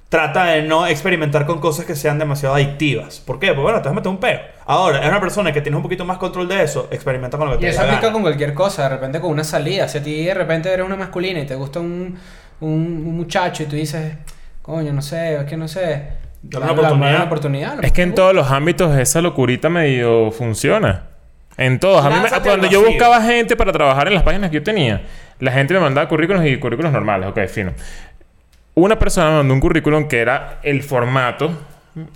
Speaker 3: trata de no experimentar con cosas que sean demasiado adictivas. ¿Por qué? Pues bueno, te vas a meter un peo. Ahora, es una persona que tiene un poquito más control de eso, experimenta con lo que
Speaker 4: Y
Speaker 3: te dé
Speaker 4: eso
Speaker 3: la
Speaker 4: aplica
Speaker 3: gana.
Speaker 4: con cualquier cosa, de repente con una salida. Si a ti de repente eres una masculina y te gusta un, un- un muchacho y tú dices, coño, no sé, es que no sé.
Speaker 3: Dale una
Speaker 4: Dale la-
Speaker 3: oportunidad.
Speaker 4: dale una oportunidad. Uh,
Speaker 2: Es que en todos los ámbitos esa locurita medio funciona. En todos. A mí me-
Speaker 3: Lánzate
Speaker 2: cuando
Speaker 3: al
Speaker 2: yo
Speaker 3: vacío.
Speaker 2: buscaba gente para trabajar en las páginas que yo tenía, la gente me mandaba currículos y currículos normales. Ok, fino. Una persona me mandó un currículum que era el formato,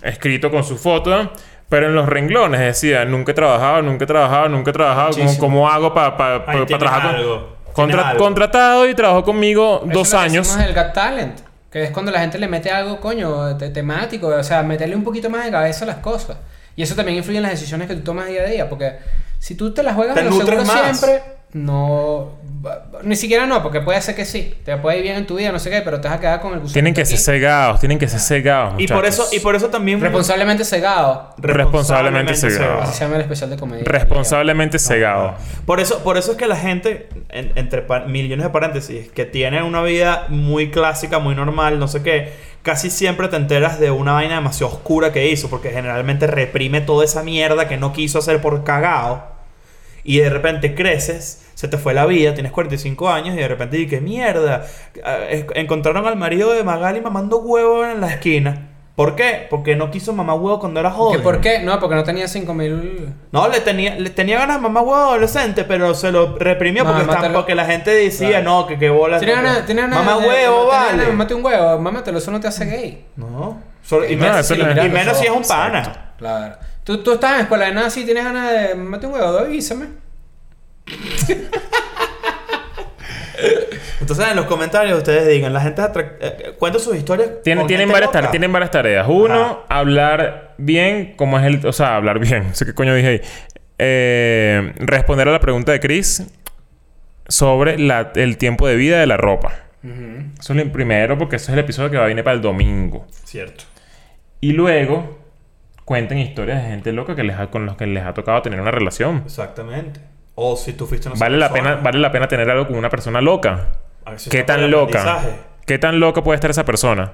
Speaker 2: escrito con su foto, pero en los renglones decía, nunca he trabajado, nunca he trabajado, nunca he trabajado. ¿Cómo,
Speaker 4: Muchísimo.
Speaker 2: cómo hago para
Speaker 3: Ahí tienes
Speaker 2: trabajar con-
Speaker 3: algo.
Speaker 2: Contra-
Speaker 3: Tienes algo.
Speaker 2: Contratado y trabajó conmigo
Speaker 4: Eso
Speaker 2: dos
Speaker 4: es lo que
Speaker 2: años.
Speaker 4: hacemos en el Got Talent, que es cuando la gente le mete algo, coño, te- temático, o sea, meterle un poquito más de cabeza a las cosas. Y eso también influye en las decisiones que tú tomas día a día, porque si tú te las juegas
Speaker 3: Te
Speaker 4: a lo
Speaker 3: nutres
Speaker 4: seguro
Speaker 3: más.
Speaker 4: siempre, no. Ni siquiera no, porque puede ser que sí, te puede ir bien en tu vida, no sé qué, pero te vas a quedar con el gusto.
Speaker 2: Tienen que ser cegados, tienen que ser cegados.
Speaker 3: Y por, eso, y por eso también...
Speaker 4: Responsablemente cegado.
Speaker 2: Responsablemente cegado.
Speaker 4: Así se llama el especial de comedia.
Speaker 2: Responsablemente cegado.
Speaker 3: Por eso, por eso es que la gente, en- entre pa- millones de paréntesis, que tiene una vida muy clásica, muy normal, no sé qué, casi siempre te enteras de una vaina demasiado oscura que hizo, porque generalmente reprime toda esa mierda que no quiso hacer por cagao. Y de repente creces, se te fue la vida, tienes 45 años y de repente dices, ¿qué mierda? Ah, es- Encontraron al marido de Magali mamando huevo en la esquina. ¿Por qué? Porque no quiso mamar huevo cuando era
Speaker 4: ¿Que
Speaker 3: joven.
Speaker 4: ¿Por qué? No, porque no tenía 5000.
Speaker 3: No, le tenía, le tenía ganas de mamá huevo adolescente, pero se lo reprimió
Speaker 4: No,
Speaker 3: porque,
Speaker 4: mátalo.
Speaker 3: estam- porque la gente decía,
Speaker 4: Claro.
Speaker 3: no, que qué bola.
Speaker 4: Tenía una, tenía una,
Speaker 3: mamá huevo, vale.
Speaker 4: Mate un huevo, mámatelo, eso no te hace gay.
Speaker 3: No. Solo- y,
Speaker 2: No,
Speaker 3: menos,
Speaker 2: eso
Speaker 3: y
Speaker 2: no es-
Speaker 3: menos si es un
Speaker 2: Exacto.
Speaker 3: pana.
Speaker 4: Claro. Tú, tú estás en escuela de nada y tienes ganas de. Mate un huevo, avísame.
Speaker 3: Entonces en los comentarios ustedes digan, la gente atrac- eh, cuenta sus historias.
Speaker 2: Tienen,
Speaker 3: con
Speaker 2: tienen,
Speaker 3: gente
Speaker 2: varias
Speaker 3: loca.
Speaker 2: tareas, tienen varias tareas. Uno, hablar bien, como es el. O sea, hablar bien. *laughs* No sé qué coño dije ahí. Eh, responder a la pregunta de Chris sobre la- el tiempo de vida de la ropa. Eso es lo primero, porque eso es el episodio que va a venir para el domingo.
Speaker 3: Cierto.
Speaker 2: Y luego, cuenten historias de gente loca que les ha- con los que les ha tocado tener una relación.
Speaker 3: Exactamente. O si tú fuiste una
Speaker 2: Vale la,
Speaker 3: persona.
Speaker 2: pena, vale la pena tener algo con una persona loca.
Speaker 3: A ver si
Speaker 2: ¿Qué
Speaker 3: está
Speaker 2: tan
Speaker 3: el
Speaker 2: loca?
Speaker 3: aprendizaje.
Speaker 2: ¿Qué tan loca puede estar esa persona?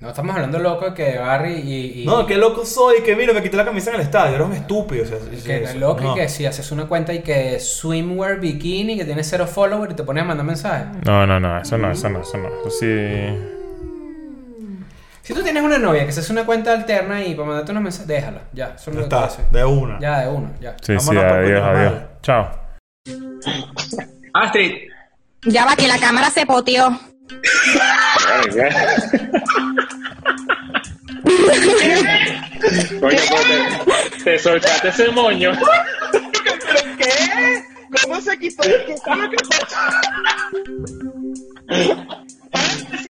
Speaker 4: No estamos hablando loco de que Barry y. y-
Speaker 3: No, qué loco soy, que mira, me quité la camisa en el estadio, eres un estúpido. o sea, sí,
Speaker 4: Que
Speaker 3: sí,
Speaker 4: loco
Speaker 3: no.
Speaker 4: y que si haces una cuenta y que swimwear, bikini, que tienes cero followers y te pones a mandar mensajes.
Speaker 2: No, no, no, eso no, eso no, eso no. Eso sí.
Speaker 4: Si tú tienes una novia que se hace una cuenta alterna y para mandarte unos mensajes, déjala. Ya, eso no
Speaker 3: Ya
Speaker 4: lo que
Speaker 3: está,
Speaker 4: hace.
Speaker 3: de una.
Speaker 4: Ya, de uno, ya.
Speaker 2: Sí, sí,
Speaker 3: Vámonos para el
Speaker 2: adiós,
Speaker 3: coño
Speaker 2: adiós.
Speaker 3: normal.
Speaker 2: Chao.
Speaker 5: Astrid.
Speaker 6: Ya va que la cámara se poteó.
Speaker 5: Coño, te, te soltaste ese moño.
Speaker 7: ¿Pero qué? ¿Cómo se quitó? ¿Qué es lo que pasó?